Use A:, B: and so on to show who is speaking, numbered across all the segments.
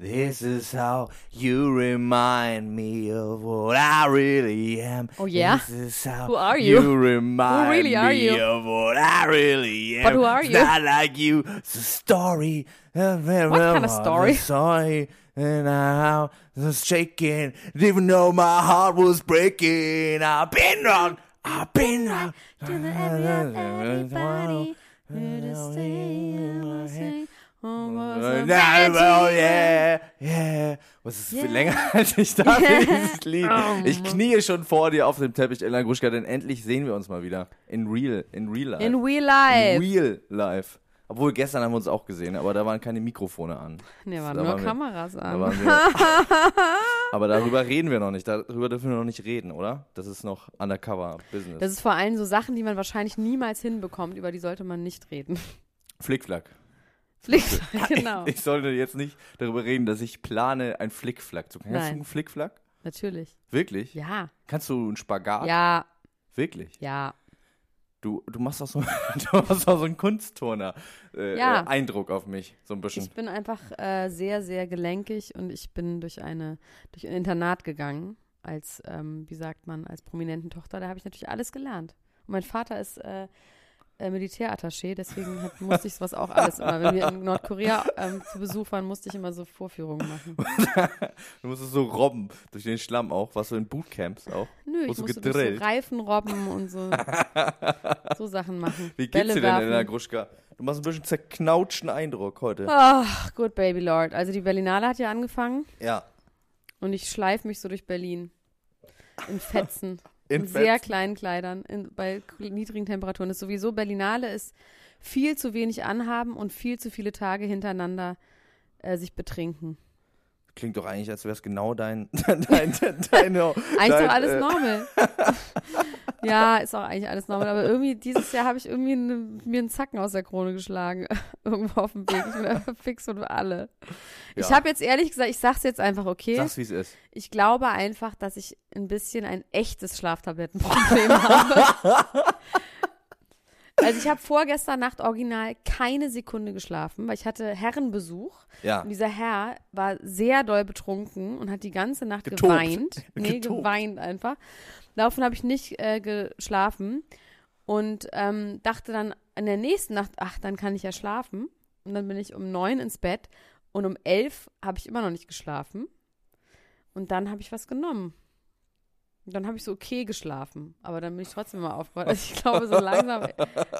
A: This is how you remind me of what I really am.
B: Oh, yeah?
A: This is how
B: Who are you? Who
A: remind
B: really are
A: me
B: you?
A: of what I really am.
B: But who are
A: It's
B: you?
A: Not like you. It's a story. What
B: kind of story?
A: Sorry. And I was shaking, didn't even know my heart was breaking. I've been wrong. I've been wrong.
C: to the every of everybody. Here to sing, sing. Oh, was a
A: Na, oh,
C: magic
A: yeah, yeah. Was ist viel länger als ich dachte, dieses Lied.
C: Oh,
A: Ich kniee schon vor dir auf dem Teppich, Ella Gruschka, denn endlich sehen wir uns mal wieder. In real, in real life.
C: In real life.
A: real life. Obwohl, gestern haben wir uns auch gesehen, aber da waren keine Mikrofone an.
C: Ne, waren
A: Da
C: nur
A: waren wir-
C: Kameras
A: Da
C: an.
A: waren wir, aber darüber reden wir noch nicht. Darüber dürfen wir noch nicht reden, oder? Das ist noch Undercover-Business.
C: Das ist vor allem so Sachen, die man wahrscheinlich niemals hinbekommt, über die sollte man nicht reden.
A: Flickflack.
C: Pflicht, genau.
A: Ich sollte jetzt nicht darüber reden, dass ich plane, ein Flickflack zu machen. Kannst du
C: Nein.
A: einen Flickflack?
C: Natürlich.
A: Wirklich?
C: Ja.
A: Kannst du einen Spagat?
C: Ja,
A: Wirklich?
C: ja.
A: Du, du machst auch so, du machst auch so einen Kunstturner-Eindruck äh,
C: Ja.
A: äh, Eindruck auf mich, so ein bisschen.
C: Ich bin einfach äh, sehr, sehr gelenkig und ich bin durch eine, durch ein Internat gegangen, als, ähm, wie sagt man, als prominenten Tochter. Da habe ich natürlich alles gelernt. Und mein Vater ist äh, äh, Militärattaché, deswegen hat, musste ich sowas auch alles immer. Wenn wir in Nordkorea ähm, zu Besuch waren, musste ich immer so Vorführungen machen.
A: Du musstest so robben durch den Schlamm auch, was so in Bootcamps auch.
C: Nö, ich
A: Wurdest du
C: musste durch so
A: gedrillt?
C: Reifen robben und so, so Sachen machen.
A: Wie geht's
C: Bälle
A: dir denn,
C: werfen.
A: Elena Gruschka? Du machst ein bisschen zerknautschen Eindruck heute.
C: Ach, gut, Baby Lord. Also die Berlinale hat ja angefangen
A: Ja.
C: und ich schleife mich so durch Berlin. In Fetzen. in
A: In
C: sehr kleinen Kleidern, in, bei k- niedrigen Temperaturen. Das ist sowieso Berlinale ist viel zu wenig anhaben und viel zu viele Tage hintereinander äh, sich betrinken.
A: Klingt doch eigentlich, als wäre es genau dein, dein, dein, dein, dein äh,
C: Eigentlich ist doch alles normal. ja, ist auch eigentlich alles normal. Aber irgendwie dieses Jahr habe ich irgendwie ne, mir einen Zacken aus der Krone geschlagen. Irgendwo auf dem Weg. Ich bin einfach fix und alle. Ich
A: Ja.
C: habe jetzt ehrlich gesagt, ich sag's jetzt einfach, okay?
A: Sag's, wie es ist.
C: Ich glaube einfach, dass ich ein bisschen ein echtes Schlaftablettenproblem habe. Also ich habe vorgestern Nacht original keine Sekunde geschlafen, weil ich hatte Herrenbesuch
A: Ja.
C: und dieser Herr war sehr doll betrunken und hat die ganze Nacht
A: Getobt.
C: geweint. Nee,
A: Getobt.
C: geweint einfach. Daraufhin habe ich nicht äh, geschlafen und ähm, dachte dann in der nächsten Nacht, ach, dann kann ich ja schlafen. Und dann bin ich um neun ins Bett und um elf habe ich immer noch nicht geschlafen. Und dann habe ich was genommen. Und dann habe ich so okay geschlafen. Aber dann bin ich trotzdem mal aufgewacht. Also ich glaube, so langsam,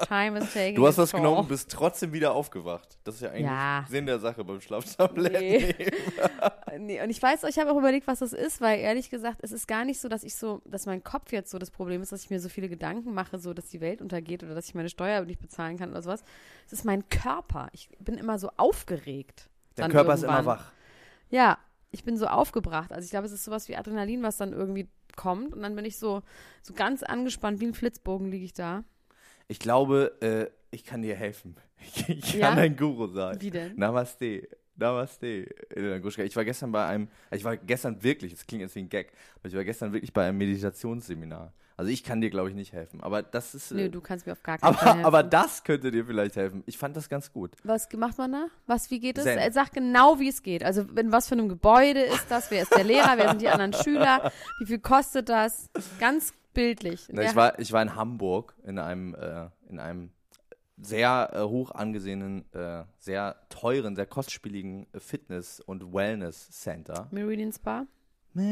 C: time is taking
A: Du hast was
C: its
A: genommen
C: toll.
A: und bist trotzdem wieder aufgewacht. Das ist ja eigentlich
C: Ja.
A: Sinn der Sache beim Schlaftabletten.
C: Nee. Nee, und ich weiß, ich habe auch überlegt, was das ist, weil ehrlich gesagt, es ist gar nicht so, dass ich so, dass mein Kopf jetzt so das Problem ist, dass ich mir so viele Gedanken mache, so dass die Welt untergeht oder dass ich meine Steuer nicht bezahlen kann oder sowas. Es ist mein Körper. Ich bin immer so aufgeregt.
A: Dein
C: dann
A: Körper ist
C: irgendwann.
A: immer wach.
C: Ja, ich bin so aufgebracht. Also ich glaube, es ist sowas wie Adrenalin, was dann irgendwie kommt und dann bin ich so, so ganz angespannt, wie ein Flitzbogen liege ich da.
A: Ich glaube, äh, ich kann dir helfen. Ich, ich kann
C: Ja?
A: dein Guru sein.
C: Wie denn?
A: Namaste. Namaste, Elena Gruschka. Ich war gestern bei einem, ich war gestern wirklich, das klingt jetzt wie ein Gag, aber ich war gestern wirklich bei einem Meditationsseminar. Also ich kann dir, glaube ich, nicht helfen. Aber das ist. äh,
C: Nö, du kannst mir auf gar keinen Fall
A: aber,
C: helfen.
A: aber das könnte dir vielleicht helfen. Ich fand das ganz gut.
C: Was macht man da? Was, wie geht es?
A: Zen.
C: Er sagt genau, wie es geht. Also, in was für einem Gebäude ist das? Wer ist der Lehrer? Wer sind die anderen Schüler? Wie viel kostet das? Ganz bildlich.
A: Na,
C: Wer-
A: ich, war, ich war in Hamburg in einem, äh, in einem sehr äh, hoch angesehenen, äh, sehr teuren, sehr kostspieligen äh, Fitness- und Wellness-Center.
C: Meridian Spa.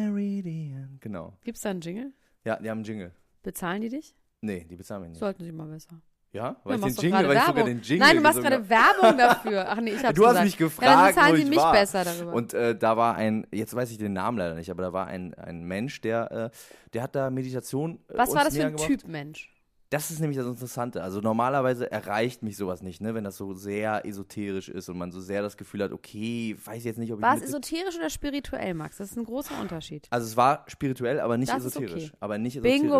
A: Meridian. Genau.
C: Gibt's da einen Jingle?
A: Ja, die haben einen Jingle.
C: Bezahlen die dich?
A: Nee, die bezahlen mich nicht.
C: Sollten sie mal besser.
A: ja,
C: Ja,
A: weil ich
C: machst
A: den
C: doch
A: Jingle,
C: gerade
A: weil ich sogar
C: Werbung.
A: den Jingle
C: Nein, du machst
A: gesungen
C: gerade Werbung dafür. Ach nee, ich hab's
A: Du hast
C: gesagt.
A: mich gefragt,
C: Ja, dann
A: wo
C: zahlen sie
A: ich
C: mich
A: war.
C: besser darüber.
A: Und äh, da war ein, jetzt weiß ich den Namen leider nicht, aber da war ein, ein Mensch, der, äh, der hat da Meditation. Äh,
C: Was
A: uns
C: war das für
A: näher
C: ein
A: gebracht.
C: Typ Mensch?
A: Das ist nämlich das Interessante. Also normalerweise erreicht mich sowas nicht, ne? wenn das so sehr esoterisch ist und man so sehr das Gefühl hat, okay, weiß jetzt nicht, ob ich.
C: War es
A: mit-
C: esoterisch oder spirituell, Max? Das ist ein großer Unterschied.
A: also es war spirituell, aber nicht
C: Das ist
A: esoterisch.
C: okay.
A: Aber nicht esoterisch.
C: Bingo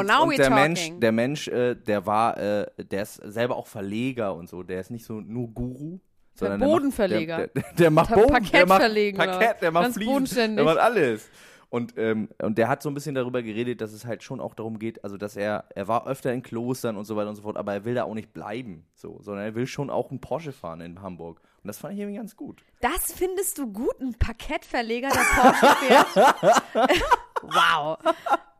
A: und,
C: Oh, now
A: und
C: we're
A: der
C: talking.
A: Mensch, der Mensch, äh, der war, äh, der ist selber auch Verleger und so. Der ist nicht so nur Guru, sondern der macht-
C: Bodenverleger.
A: Der, der, der macht
C: Der
A: Boden, der
C: Parkett
A: macht
C: verlegen, oder was?
A: Parkett, der macht
C: Ganz
A: Fliesen,
C: bodenständig.
A: der macht alles. Und, ähm, und der hat so ein bisschen darüber geredet, dass es halt schon auch darum geht, also dass er, er war öfter in Klostern und so weiter und so fort, aber er will da auch nicht bleiben, so, sondern er will schon auch einen Porsche fahren in Hamburg. Und das fand ich irgendwie ganz gut.
C: das findest du gut, ein Parkettverleger, der Porsche fährt? wow.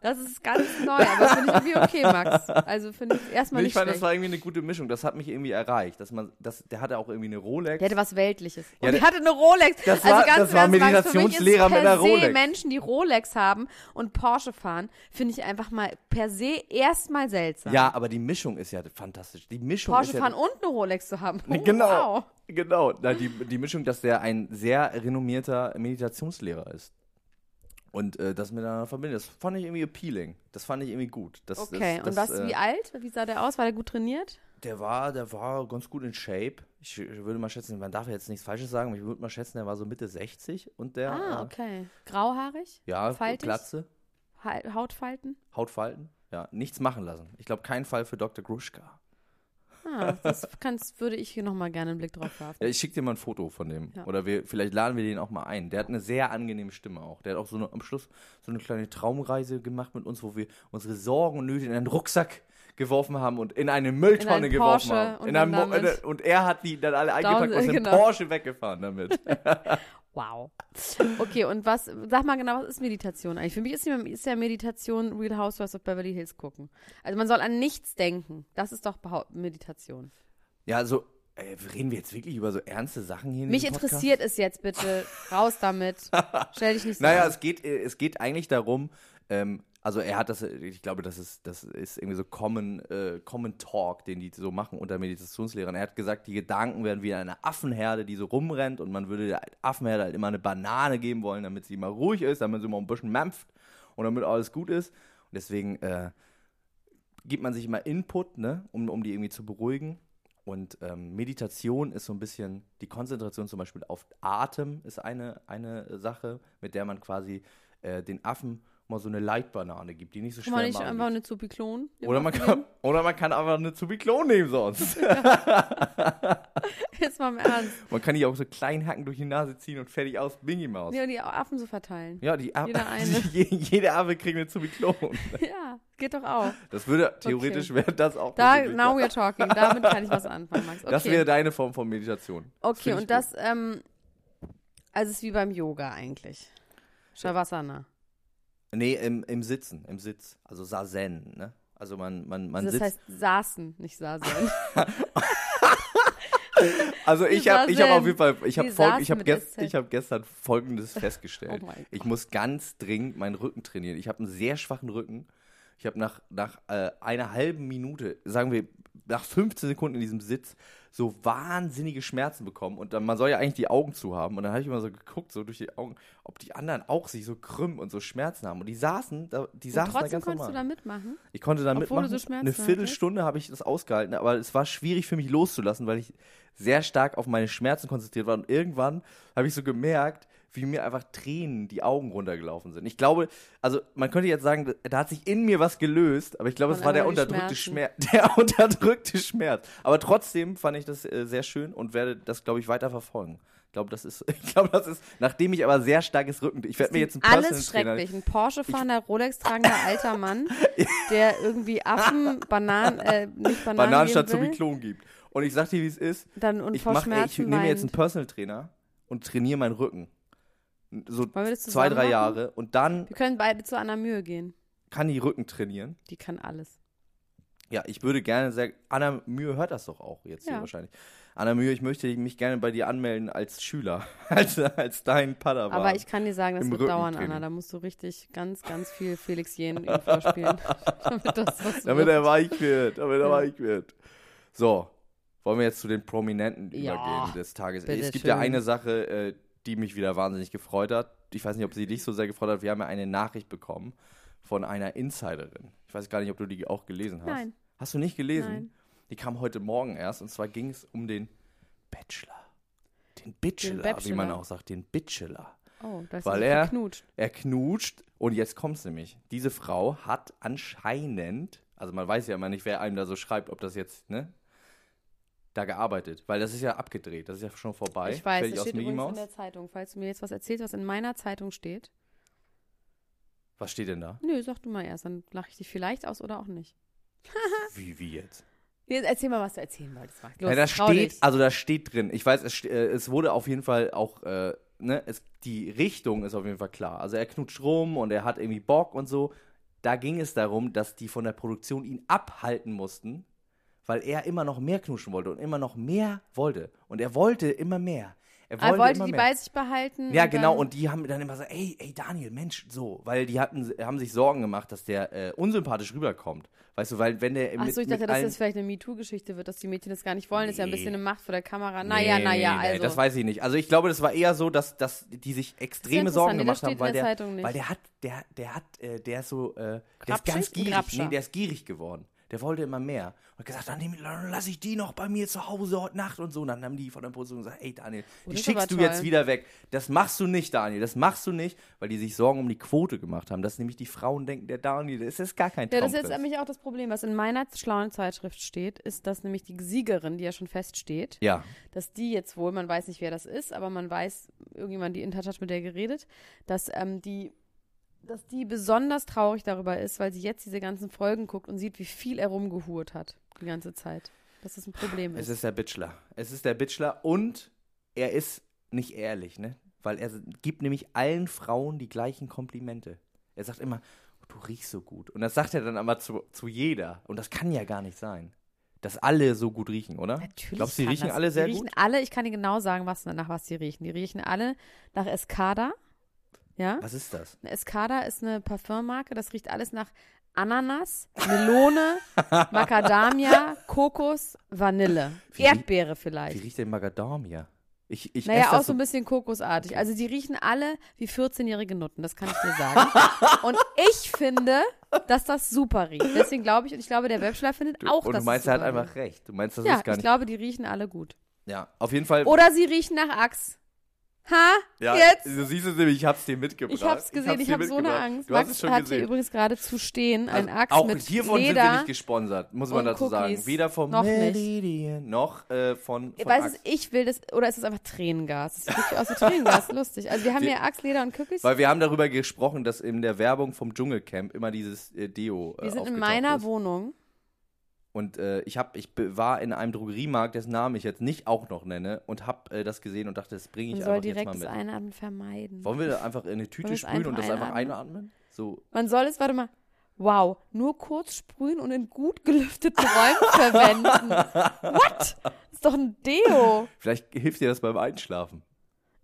C: Das ist ganz neu, aber finde ich irgendwie okay, Max. Also finde ich erstmal
A: Nee,
C: nicht
A: ich fand,
C: schlecht.
A: das war irgendwie eine gute Mischung. Das hat mich irgendwie erreicht. Dass man, das, der hatte auch irgendwie eine Rolex.
C: Der hatte was Weltliches.
A: Ja,
C: und
A: der-
C: der hatte eine Rolex.
A: Das
C: also
A: war-
C: ganz,
A: das war
C: ganz Max, für mich
A: Meditationslehrer
C: ist
A: mit einer
C: per se
A: Rolex.
C: Menschen, die Rolex haben und Porsche fahren, finde ich einfach mal per se erstmal seltsam.
A: Ja, aber die Mischung ist ja fantastisch. Die Mischung
C: Porsche
A: ist ja
C: fahren und eine Rolex zu haben. Oh,
A: Genau.
C: Wow.
A: Genau. Na, die, die Mischung, dass der ein sehr renommierter Meditationslehrer ist. Und äh, das miteinander verbindet. Das fand ich irgendwie appealing. Das fand ich irgendwie gut. Das,
C: Okay,
A: das,
C: und
A: das,
C: was, wie
A: äh,
C: alt? Wie sah der aus? War der gut trainiert?
A: Der war, der war ganz gut in Shape. Ich, ich würde mal schätzen, man darf jetzt nichts Falsches sagen, aber ich würde mal schätzen, der war so Mitte 60 und der
C: Ah,
A: äh,
C: okay. Grauhaarig?
A: ja,
C: Faltig?
A: Glatze,
C: Ha Hautfalten?
A: Hautfalten, ja, nichts machen lassen. Ich glaube, kein Fall für Dr. Gruschka.
C: Ah, das kannst, würde ich hier nochmal gerne einen Blick drauf
A: Ja,
C: werfen.
A: Äh, ich schicke dir mal ein Foto von dem.
C: Ja.
A: Oder wir, vielleicht laden wir den auch mal ein. Der hat eine sehr angenehme Stimme auch. Der hat auch so eine, am Schluss so eine kleine Traumreise gemacht mit uns, wo wir unsere Sorgen und Nöte in einen Rucksack geworfen haben und in eine Mülltonne
C: einen
A: geworfen
C: Porsche
A: haben.
C: und
A: in
C: dann
A: einem, Mo- in
C: damit-
A: eine- und er hat die dann alle eingepackt
C: Down-
A: und den
C: genau.
A: Porsche weggefahren damit.
C: Wow. Okay, und was, sag mal genau, was ist Meditation eigentlich? Für mich ist, ist ja Meditation Real Housewives of Beverly Hills gucken. Also man soll an nichts denken. Das ist doch behau- Meditation.
A: ja, also äh, reden wir jetzt wirklich über so ernste Sachen hier in
C: Mich
A: diesem Podcast?
C: interessiert es jetzt bitte. Raus damit. Stell dich nicht so
A: Naja,
C: an.
A: es geht, äh, es geht eigentlich darum, ähm, also er hat das, äh, ich glaube, das ist, das ist irgendwie so Common, äh, Common Talk, den die so machen unter Meditationslehrern. Er hat gesagt, die Gedanken wären wie eine Affenherde, die so rumrennt und man würde der Affenherde halt immer eine Banane geben wollen, damit sie mal ruhig ist, damit sie mal ein bisschen mampft und damit alles gut ist. Und deswegen äh, gibt man sich immer Input, ne, um, um die irgendwie zu beruhigen. Und ähm, Meditation ist so ein bisschen die Konzentration zum Beispiel auf Atem ist eine, eine Sache, mit der man quasi äh, den Affen mal so eine Leitbanane gibt, die nicht so
C: Kann man
A: schwer
C: nicht einfach
A: machen.
C: eine Zupiklon?
A: Oder man, kann, oder man kann einfach eine Zubiklon nehmen sonst.
C: Jetzt mal im Ernst.
A: man kann die auch so klein hacken durch die Nase ziehen und fertig aus, Bingy Maus.
C: Ja, die Affen so verteilen.
A: Ja, die Affen,
C: Jeder eine.
A: jede Affe kriegt eine Zubiklon.
C: Ja, geht doch auch.
A: Das würde, theoretisch wäre das auch.
C: Da,
A: eine
C: now
A: Möglichkeit.
C: we're talking. Damit kann ich was anfangen, Max. Okay.
A: Das wäre deine Form von Meditation.
C: Okay,
A: Find ich
C: und das, ähm, also es ist wie beim Yoga eigentlich. Shavasana.
A: Nee, im, im Sitzen, im Sitz. Also Sazen, ne? Also man, man, man
C: Also das
A: sitzt.
C: heißt saßen, nicht saßen.
A: also ich habe ich hab
C: Sazen.
A: auf jeden Fall, ich habe
C: Die
A: folg,
C: saßen
A: ich hab
C: mit
A: gest,
C: SZ.
A: ich hab gestern Folgendes festgestellt.
C: Oh mein Gott.
A: ich muss ganz dringend meinen Rücken trainieren. Ich habe einen sehr schwachen Rücken. Ich habe nach, nach äh, einer halben Minute, sagen wir, nach 15 Sekunden in diesem Sitz so wahnsinnige Schmerzen bekommen. Und dann, man soll ja eigentlich die Augen zu haben. Und dann habe ich immer so geguckt, so durch die Augen, ob die anderen auch sich so krümmen und so Schmerzen haben. Und die saßen, da, die
C: Und
A: saßen da
C: trotzdem
A: ganz normal.
C: konntest du da mitmachen.
A: Ich konnte da
C: Obwohl du
A: mitmachen.
C: so Schmerzen
A: Eine
C: hattest?
A: Viertelstunde habe ich das ausgehalten, aber es war schwierig für mich loszulassen, weil ich sehr stark auf meine Schmerzen konzentriert war. Und irgendwann habe ich so gemerkt, wie mir einfach Tränen die Augen runtergelaufen sind. Ich glaube, also man könnte jetzt sagen, da hat sich in mir was gelöst, aber ich glaube,
C: Waren
A: es war der
C: einfach die
A: unterdrückte Schmerz.
C: Schmerzen.
A: Der unterdrückte Schmerz. Aber trotzdem fand ich das äh, sehr schön und werde das, glaube ich, weiter verfolgen. Ich glaube, das ist, ich glaube, das ist, nachdem ich aber sehr starkes Rücken, ich werde mir jetzt einen Personal
C: Alles
A: Trainer-
C: schrecklich. Ein Porsche fahrender, Rolex tragender alter Mann, der irgendwie Affen, Bananen, äh, nicht Bananen,
A: Bananen
C: geben
A: statt
C: will,
A: Zubiklon gibt. Und ich sag dir, wie es ist.
C: Dann und
A: ich
C: vor
A: mach, ich
C: Schmerzen
A: nehme mir jetzt einen
C: weint.
A: Personal Trainer und trainiere meinen Rücken. So
C: Wollen wir das
A: zwei,
C: zusammen
A: drei
C: machen?
A: Jahre. Und dann
C: Wir können beide zu Anna Mühe gehen.
A: kann die Rücken trainieren.
C: Die kann alles.
A: Ja, ich würde gerne sagen, Anna Mühe hört das doch auch jetzt hier
C: Ja.
A: wahrscheinlich. Anna Mühe, ich möchte mich gerne bei dir anmelden als Schüler, als, als dein Padawan.
C: Aber ich kann dir sagen, das
A: Im
C: wird dauern,
A: Rückentraining.
C: Anna. Da musst du richtig ganz, ganz viel Felix Jähn ihm vorspielen, damit das was
A: damit
C: wird.
A: er weich wird, damit er
C: Ja.
A: weich wird. So, wollen wir jetzt zu den Prominenten
C: Ja,
A: übergehen des Tages.
C: bitte
A: es gibt
C: schön.
A: ja eine Sache, äh, die mich wieder wahnsinnig gefreut hat. Ich weiß nicht, ob sie dich so sehr gefreut hat. Wir haben ja eine Nachricht bekommen von einer Insiderin. Ich weiß gar nicht, ob du die auch gelesen hast.
C: Nein.
A: Hast du nicht gelesen?
C: Nein.
A: Die kam heute Morgen erst und zwar ging es um den Bachelor. Den Bachelor, wie man
C: Bachelor.
A: auch sagt, den Bachelor.
C: Oh, da ist
A: Weil
C: Weil
A: er-
C: er geknutscht.
A: Er knutscht und jetzt kommt's nämlich. Diese Frau hat anscheinend, also man weiß ja immer nicht, wer einem da so schreibt, ob das jetzt, ne? Da gearbeitet, weil das ist ja abgedreht, das ist ja schon vorbei.
C: Ich weiß,
A: Fertig
C: das
A: aus
C: steht
A: Mickey
C: übrigens in
A: Mouse.
C: der Zeitung. Falls du mir jetzt was erzählst, was in meiner Zeitung steht.
A: Was steht denn da?
C: Nö, sag du mal erst, dann lache ich dich vielleicht aus oder auch nicht.
A: Wie, wie jetzt?
C: Jetzt erzähl mal, was du erzählen wolltest, Max. Los,
A: ja, da
C: trau
A: steht,
C: dich.
A: also da steht drin. Ich weiß, es, ste- äh, es wurde auf jeden Fall auch, äh, ne, es, die Richtung ist auf jeden Fall klar. Also er knutscht rum und er hat irgendwie Bock und so. Da ging es darum, dass die von der Produktion ihn abhalten mussten, weil er immer noch mehr knutschen wollte und immer noch mehr wollte. Und er wollte immer mehr. Er wollte,
C: er Ah, wollte
A: immer
C: die
A: mehr.
C: bei sich behalten.
A: Ja,
C: und
A: genau.
C: dann-
A: Und die haben dann immer so, ey, ey, Daniel, Mensch, so. Weil die hatten, haben sich Sorgen gemacht, dass der äh, unsympathisch rüberkommt. Weißt du, weil wenn der
C: Ach
A: mit-
C: so, ich
A: mit
C: dachte, dass
A: allen-
C: das vielleicht eine MeToo-Geschichte wird, dass die Mädchen das gar nicht wollen. Ist ja ein
A: Nee.
C: bisschen eine Macht vor der Kamera. Naja, naja, also.
A: das weiß ich nicht. Also ich glaube, das war eher so, dass, dass die sich extreme
C: interessant,
A: Sorgen
C: nee,
A: gemacht
C: das
A: haben,
C: steht
A: weil
C: in der
A: der,
C: Zeitung nicht.
A: weil der hat, der, der hat, äh, der ist so, äh, der ist
C: Grapschig?
A: ganz
C: Ein
A: gierig.
C: Grapscher.
A: Nee, der ist gierig geworden. Der wollte immer mehr. Und hat gesagt, dann nehm- dann lass ich die noch bei mir zu Hause heute Nacht und so. Und dann haben die von der Produktion gesagt, ey Daniel, die
C: Oh, das ist
A: schickst
C: aber
A: du
C: toll.
A: jetzt wieder weg. Das machst du nicht, Daniel. Das machst du nicht, weil die sich Sorgen um die Quote gemacht haben. Dass nämlich die Frauen denken, der Daniel, das ist gar kein
C: Ja, das
A: Traumprinz.
C: ist jetzt nämlich auch das Problem. Was in meiner schlauen Zeitschrift steht, ist, dass nämlich die Siegerin, die ja schon feststeht,
A: Ja,
C: dass die jetzt wohl, man weiß nicht, wer das ist, aber man weiß, irgendjemand, die in Touch hat mit der geredet, dass ähm, die dass die besonders traurig darüber ist, weil sie jetzt diese ganzen Folgen guckt und sieht, wie viel er rumgehurt hat die ganze Zeit. Dass das ein Problem
A: Es
C: ist.
A: ist der Bitchler. Es ist der Bitchler und er ist nicht ehrlich, ne? Weil er gibt nämlich allen Frauen die gleichen Komplimente. Er sagt immer, "Oh, du riechst so gut. Und das sagt er dann aber zu, zu jeder. Und das kann ja gar nicht sein, dass alle so gut riechen, oder?
C: Natürlich
A: Glaubst du, die
C: kann
A: riechen
C: das.
A: alle sehr
C: Die riechen
A: gut?
C: alle, ich kann dir genau sagen, was, nach was die riechen. Die riechen alle nach Escada. Ja?
A: Was ist das?
C: Eine Escada ist eine Parfümmarke, das riecht alles nach Ananas, Melone, Macadamia, Kokos, Vanille.
A: Wie-
C: Erdbeere
A: Wie
C: vielleicht.
A: riecht denn Macadamia? Ich, ich esse
C: Naja, auch
A: das
C: so ein bisschen kokosartig. Also die riechen alle wie 14-jährige Nutten, das kann ich dir sagen. Und ich finde, dass das super riecht. Deswegen glaube ich, und ich glaube, der Webschler findet auch,
A: Und
C: dass
A: du meinst,
C: es
A: er
C: super
A: hat einfach
C: riecht.
A: recht. Du meinst, das
C: Ja,
A: ist gar
C: ich
A: nicht.
C: glaube, die riechen alle gut.
A: ja, auf jeden Fall.
C: Oder sie riechen nach Axt. Ha?
A: ja,
C: jetzt?
A: Du siehst es nämlich, ich hab's dir mitgebracht.
C: Ich hab's gesehen, ich,
A: dir
C: habe so eine
A: mitgebracht.
C: Angst.
A: Du hast es
C: Max
A: schon
C: hat hier
A: gesehen.
C: übrigens gerade zu stehen, ein
A: Also
C: Axt
A: auch
C: mit
A: hiervon sind wir
C: Leder.
A: nicht gesponsert, muss man
C: und
A: dazu sagen.
C: Cookies.
A: Weder vom
C: Noch nicht.
A: Meridian noch äh, von, von
C: Weißt du,
A: Axt.
C: ich will das, oder ist es einfach Tränengas? Das sieht aus wie Tränengas, lustig. Also wir haben
A: Wir-
C: hier Axt, Leder und Cookies.
A: Weil wir haben darüber gesprochen, dass in der Werbung vom Dschungelcamp immer dieses äh, Deo äh,
C: Wir sind in
A: aufgetaucht
C: meiner
A: ist.
C: Wohnung.
A: Und äh, ich, hab, ich be- war in einem Drogeriemarkt, dessen Namen ich jetzt nicht auch noch nenne, und habe äh, das gesehen und dachte, das bringe
C: Man
A: ich
C: soll
A: einfach jetzt
C: direkt
A: mal
C: das
A: mit.
C: Einatmen vermeiden.
A: Wollen wir da einfach in eine Tüte
C: wir's
A: sprühen und
C: einfach
A: das einfach
C: einatmen?
A: einatmen? So,
C: Man soll es, warte mal, wow, nur kurz sprühen und in gut gelüfteten Räumen verwenden. What? Ist doch ein Deo.
A: vielleicht hilft dir das beim Einschlafen.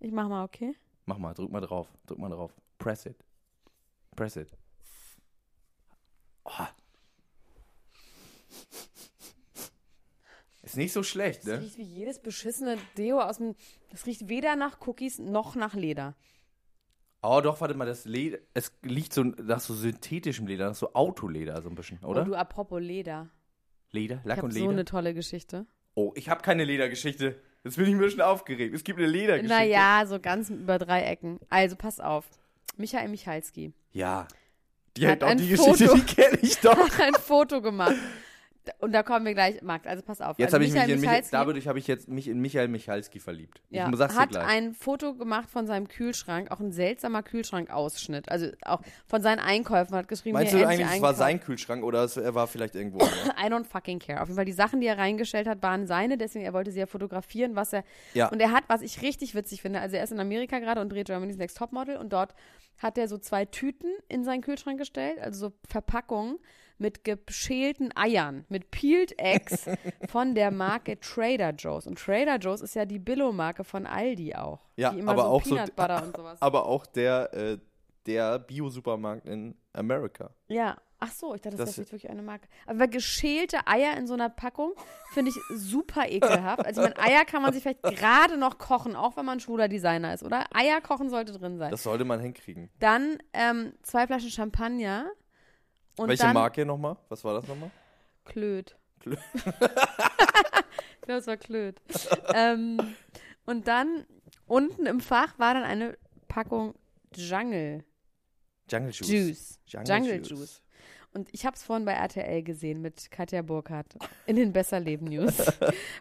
C: Ich mach mal, okay?
A: Mach mal, drück mal drauf, drück mal drauf. Press it. Press it. Oh. Ist nicht so schlecht,
C: Das
A: ne?
C: riecht wie jedes beschissene Deo aus dem. Das riecht weder nach Cookies noch nach Leder.
A: Oh, doch, warte mal, das Leder, es liegt so nach so synthetischem Leder, nach so Autoleder so ein bisschen,
C: Oh,
A: oder?
C: du, apropos Leder.
A: Leder,
C: Ich
A: Lack
C: hab
A: und
C: so ne-
A: Leder.
C: eine tolle Geschichte.
A: oh, ich habe keine Ledergeschichte. Jetzt bin ich ein bisschen aufgeregt. Es gibt eine Ledergeschichte.
C: Naja, so ganz über drei Ecken. Also pass auf. Michael Michalski
A: Ja. Die,
C: Hat
A: auch
C: ein
A: die Geschichte,
C: Foto.
A: die kenne ich doch.
C: hat ein Foto gemacht. Da- Und da kommen wir gleich, Max, also pass auf.
A: Jetzt
C: also
A: habe ich mich in Michael,
C: Michalski
A: dadurch habe ich jetzt mich in Michael Michalski verliebt.
C: ja,
A: ich sag's dir
C: hat
A: gleich.
C: ein Foto gemacht von seinem Kühlschrank, auch ein seltsamer Kühlschrankausschnitt, also auch von seinen Einkäufen, hat geschrieben,
A: Meinst
C: hier
A: du eigentlich,
C: endlich
A: es war
C: einkaufen.
A: sein Kühlschrank oder es, er war vielleicht irgendwo? anders?
C: I don't fucking care. Auf jeden Fall, die Sachen, die er reingestellt hat, waren seine, deswegen er wollte sie ja fotografieren, was er.
A: Ja.
C: Und er hat, was ich richtig witzig finde, also er ist in Amerika gerade und dreht Germany's Next Topmodel und dort hat er so zwei Tüten in seinen Kühlschrank gestellt, also so Verpackungen mit geschälten Eiern, mit Peeled Eggs von der Marke Trader Joe's. Und Trader Joe's ist ja die Billo-Marke von Aldi auch.
D: Ja,
C: die immer
D: aber
C: so
D: auch so-
C: Peanut Butter und sowas.
D: Aber auch der, äh, der Bio-Supermarkt in Amerika.
C: Ja. Ach so, ich dachte, das,
D: Das-
C: ist wirklich eine Marke. Aber geschälte Eier in so einer Packung finde ich super ekelhaft. Also ich meine, Eier kann man sich vielleicht gerade noch kochen, auch wenn man schwuler Designer ist, oder? Eier kochen sollte drin sein.
D: Das sollte man hinkriegen.
C: dann ähm, zwei Flaschen Champagner und
D: Welche
C: dann
D: Marke nochmal? Was war das nochmal?
C: Klöd.
D: Klöd.
C: ich glaube, es war Klöd. ähm, und dann unten im Fach war dann eine Packung Jungle
D: Jungle Juice.
C: Juice.
D: Jungle,
C: Jungle
D: Juice.
C: Juice. Und ich habe es vorhin bei RTL gesehen mit Katja Burkhardt in den Besserleben-News.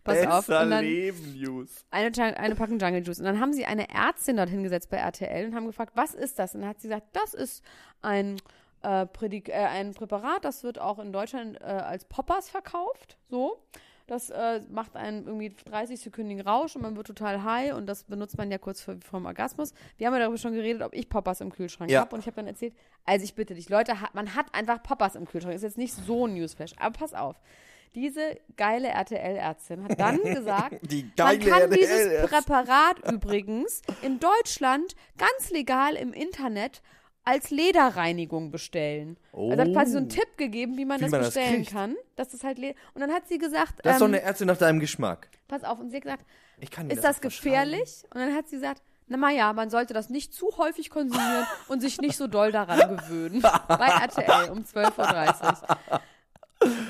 C: Pass auf.
D: Besser
C: Und dann, Ähm,
D: Leben Juice.
C: eine, Jung- eine Packung Jungle Juice. Und dann haben sie eine Ärztin dort hingesetzt bei RTL und haben gefragt, was ist das? Und dann hat sie gesagt, das ist ein, äh, Prädik äh, ein Präparat, das wird auch in Deutschland äh, als Poppers verkauft. So. Das äh, macht einen irgendwie 30-sekündigen Rausch und man wird total high und das benutzt man ja kurz vor, vorm Orgasmus. Wir haben ja darüber schon geredet, ob ich Poppers im Kühlschrank
D: Ja.
C: habe und ich habe dann erzählt, also ich bitte dich, Leute, hat, man hat einfach Poppers im Kühlschrank. Ist jetzt nicht so ein Newsflash, aber pass auf. Diese geile RTL-Ärztin hat dann gesagt,
D: Die
C: man
D: geile
C: kann dieses
D: RTL-Ärztin.
C: Präparat übrigens in Deutschland ganz legal im Internet als Lederreinigung bestellen. Also hat quasi so einen Tipp gegeben, wie man
D: Oh. Wie
C: das
D: man das
C: bestellen
D: kriegt.
C: kann. Dass das halt le- und dann hat sie gesagt,
D: Das ist doch
C: ähm,
D: eine Ärztin nach deinem Geschmack.
C: pass auf, und sie hat gesagt,
D: Ich kann mir
C: ist das
D: nicht verschreiben.
C: gefährlich? Und dann hat sie gesagt, na ma ja, man sollte das nicht zu häufig konsumieren und sich nicht so doll daran gewöhnen. Bei RTL um 12.30 Uhr.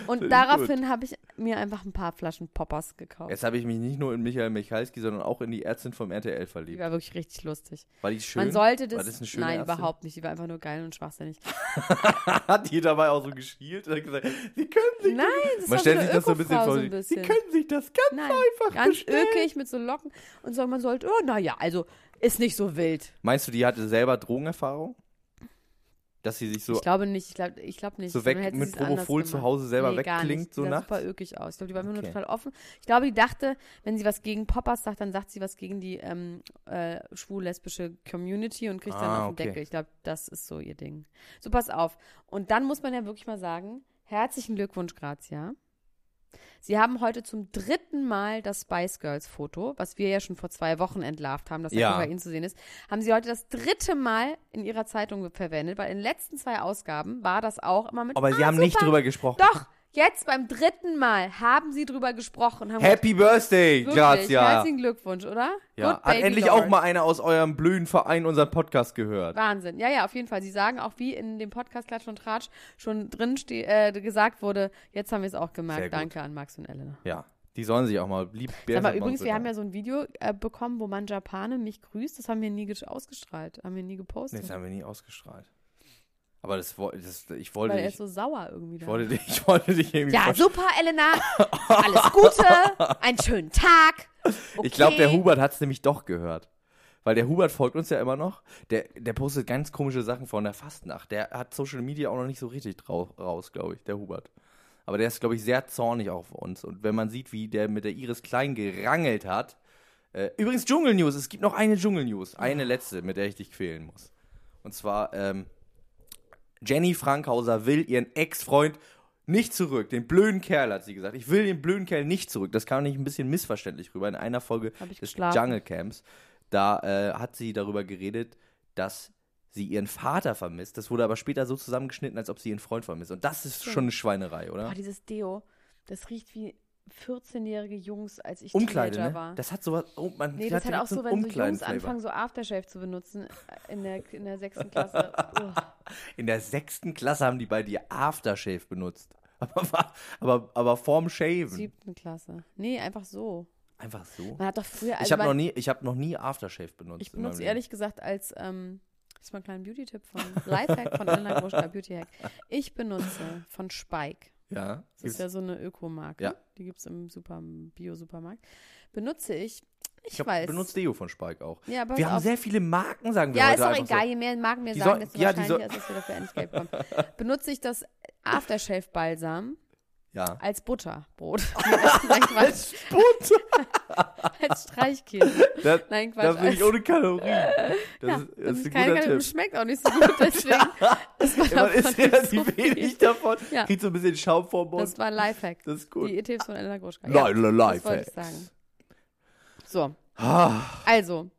C: Und daraufhin habe ich mir einfach ein paar Flaschen Poppers gekauft.
A: Jetzt habe ich mich nicht nur in Michael Michalski, sondern auch in die Ärztin vom RTL
C: Die
A: verliebt.
C: war wirklich richtig lustig.
A: War die schön?
C: Man sollte das.
A: War das eine schöne
C: nein,
A: Ärztin?
C: überhaupt nicht. Die war einfach nur geil und schwachsinnig.
A: Hat die dabei auch so geschielt und hat gesagt, sie können sich
C: Nein, das
A: Man
C: war
A: stellt
C: so
A: sich
C: eine
A: das so ein bisschen vor,
C: Ökofrau so
A: sie-
C: ein bisschen.
A: sie können sich das ganz
C: nein,
A: einfach
C: ganz
A: bestellen.
C: ökig mit so Locken und so. Man sollte, oh naja, also ist nicht so wild.
A: Meinst du, die hatte selber Drogenerfahrung? Dass sie sich so,
C: ich glaube nicht. Ich glaube, ich glaube nicht.
A: so
C: Dann
A: weg
C: hätte sie
A: mit
C: es anders
A: Propofol zu
C: gemacht.
A: Hause selber
C: Nee, gar
A: wegklingt,
C: nicht.
A: so
C: die sah
A: nachts?
C: super ökig aus. Ich glaube, die war immer nur
A: Okay.
C: total offen. Ich glaube, die dachte, wenn sie was gegen Poppers sagt, dann sagt sie was gegen die ähm, äh, schwul-lesbische Community und kriegt dann
A: Ah,
C: auf den
A: okay.
C: Deckel. Ich glaube, das ist so ihr Ding. So, pass auf. Und dann muss man ja wirklich mal sagen, herzlichen Glückwunsch, Grazia. Sie haben heute zum dritten Mal das Spice Girls Foto, was wir ja schon vor zwei Wochen entlarvt haben, das ja
A: Ja.
C: schon bei Ihnen zu sehen ist, haben Sie heute das dritte Mal in Ihrer Zeitung verwendet, weil in den letzten zwei Ausgaben war das auch immer mit.
A: Aber sie haben nicht drüber gesprochen.
C: Ah, Doch, jetzt beim dritten Mal haben Sie drüber gesprochen. Haben
A: Happy Birthday,
C: gesagt, wirklich,
A: Grazia!
C: Herzlichen Glückwunsch, oder?
A: Ja,
C: Good
A: hat
C: baby
A: endlich
C: Lord.
A: auch mal einer aus eurem blöden Verein unseren Podcast gehört.
C: Wahnsinn. Ja, ja, auf jeden Fall. Sie sagen auch, wie in dem Podcast Klatsch und Tratsch schon drin ste- äh, gesagt wurde, jetzt haben wir es auch
A: Sehr
C: gemerkt.
A: gut.
C: Danke an Max und Elena.
A: Ja, die sollen sich auch mal lieb
C: Sag mal,
A: Bärchen
C: übrigens, wir
A: machen.
C: haben ja so ein Video äh, bekommen, wo man Japane mich grüßt. Das haben wir nie gesch- ausgestrahlt, haben wir nie
A: Nee,
C: gepostet.
A: das haben wir nie ausgestrahlt. Aber das, woll- das ich wollte
C: weil er
A: dich,
C: ist so sauer irgendwie.
A: ich
C: da.
A: wollte dich, ich wollte dich irgendwie
C: Ja,
A: versch-
C: super, Elena. Alles Gute. Einen schönen Tag. Okay.
A: Ich glaube, der Hubert hat es nämlich doch gehört. Weil der Hubert folgt uns ja immer noch. Der, der postet ganz komische Sachen von der Fastnacht. Der hat Social Media auch noch nicht so richtig drau- raus, glaube ich, der Hubert. Aber der ist, glaube ich, sehr zornig auf uns. Und wenn man sieht, wie der mit der Iris Klein gerangelt hat. Äh, übrigens, Dschungel-News. Es gibt noch eine Dschungel-News. Eine letzte, mit der ich dich quälen muss. Und zwar, ähm, Jenny Frankhauser will ihren Ex-Freund nicht zurück. Den blöden Kerl, hat sie gesagt. Ich will den blöden Kerl nicht zurück. Das kam nicht ein bisschen missverständlich rüber. In einer Folge
C: Hab ich
A: des
C: geschlafen.
A: Jungle Camps, da äh, hat sie darüber geredet, dass sie ihren Vater vermisst. Das wurde aber später so zusammengeschnitten, als ob sie ihren Freund vermisst. Und das ist schon eine Schweinerei, oder?
C: Boah, Oh, dieses Deo, das riecht wie 14-jährige Jungs, als ich
A: Umkleide,
C: Teenager
A: ne?
C: war.
A: Das hat sowas. Oh, man
C: nee, das hat auch
A: direkt
C: so,
A: einen
C: wenn so Jungs
A: Umkleiden-Flavor.
C: anfangen, so Aftershave zu benutzen äh, in der, in der sechsten Klasse. Uah.
A: In der sechsten Klasse haben die bei dir Aftershave benutzt. Aber, war- aber, aber vorm Shaven.
C: Siebten Klasse. Nee, einfach so.
A: Einfach so.
C: Man hat doch früher.
A: ich
C: also
A: habe
C: man-
A: noch nie, ich habe noch nie Aftershave benutzt.
C: Ich
A: in meinem
C: benutze
A: Leben.
C: ehrlich gesagt als, ähm, das ist mal ein kleiner Beauty-Tipp von Lifehack von Anna Gruschka, Beauty-Hack. Ich benutze von Spike,
A: Ja.
C: das ist ja so eine Ökomarke,
A: Ja.
C: die gibt es im Super, Bio-Supermarkt, benutze ich, ich,
A: ich hab,
C: weiß.
A: benutze Deo von Spike auch.
C: ja, pass
A: wir haben
C: auf.
A: sehr viele Marken, sagen wir
C: ja,
A: heute
C: ist auch
A: einfach
C: egal, je mehr Marken wir
A: Die
C: sagen,
A: soll-
C: desto
A: ja, die
C: wahrscheinlicher ist, dass wir dafür endlich Geld bekommen. Benutze ich das Aftershave-Balsam
A: So. Ja.
C: als Butterbrot. Nee, das ist echt Quatsch.
A: Butter.
C: als Streichkäse.
A: Das,
C: Nein, Quatsch.
A: das bin ich
C: als-
A: ohne Kalorien. Das
C: ja,
A: ist, das ist ein guter
C: keine Kalorien,
A: Tipp.
C: schmeckt auch nicht so gut, deswegen ist
A: Ja, Man
C: man davon
A: isst
C: nicht
A: relativ
C: so viel.
A: wenig davon,
C: Ja.
A: kriegt so ein bisschen Schaum vorm Mund.
C: Das war Lifehack.
A: Das ist gut.
C: Die Tipps von Elena Gruschka.
A: Nein,
C: ja,
A: nein,
C: Das wollte ich
A: Lifehacks.
C: sagen. So,
A: Ah,
C: also.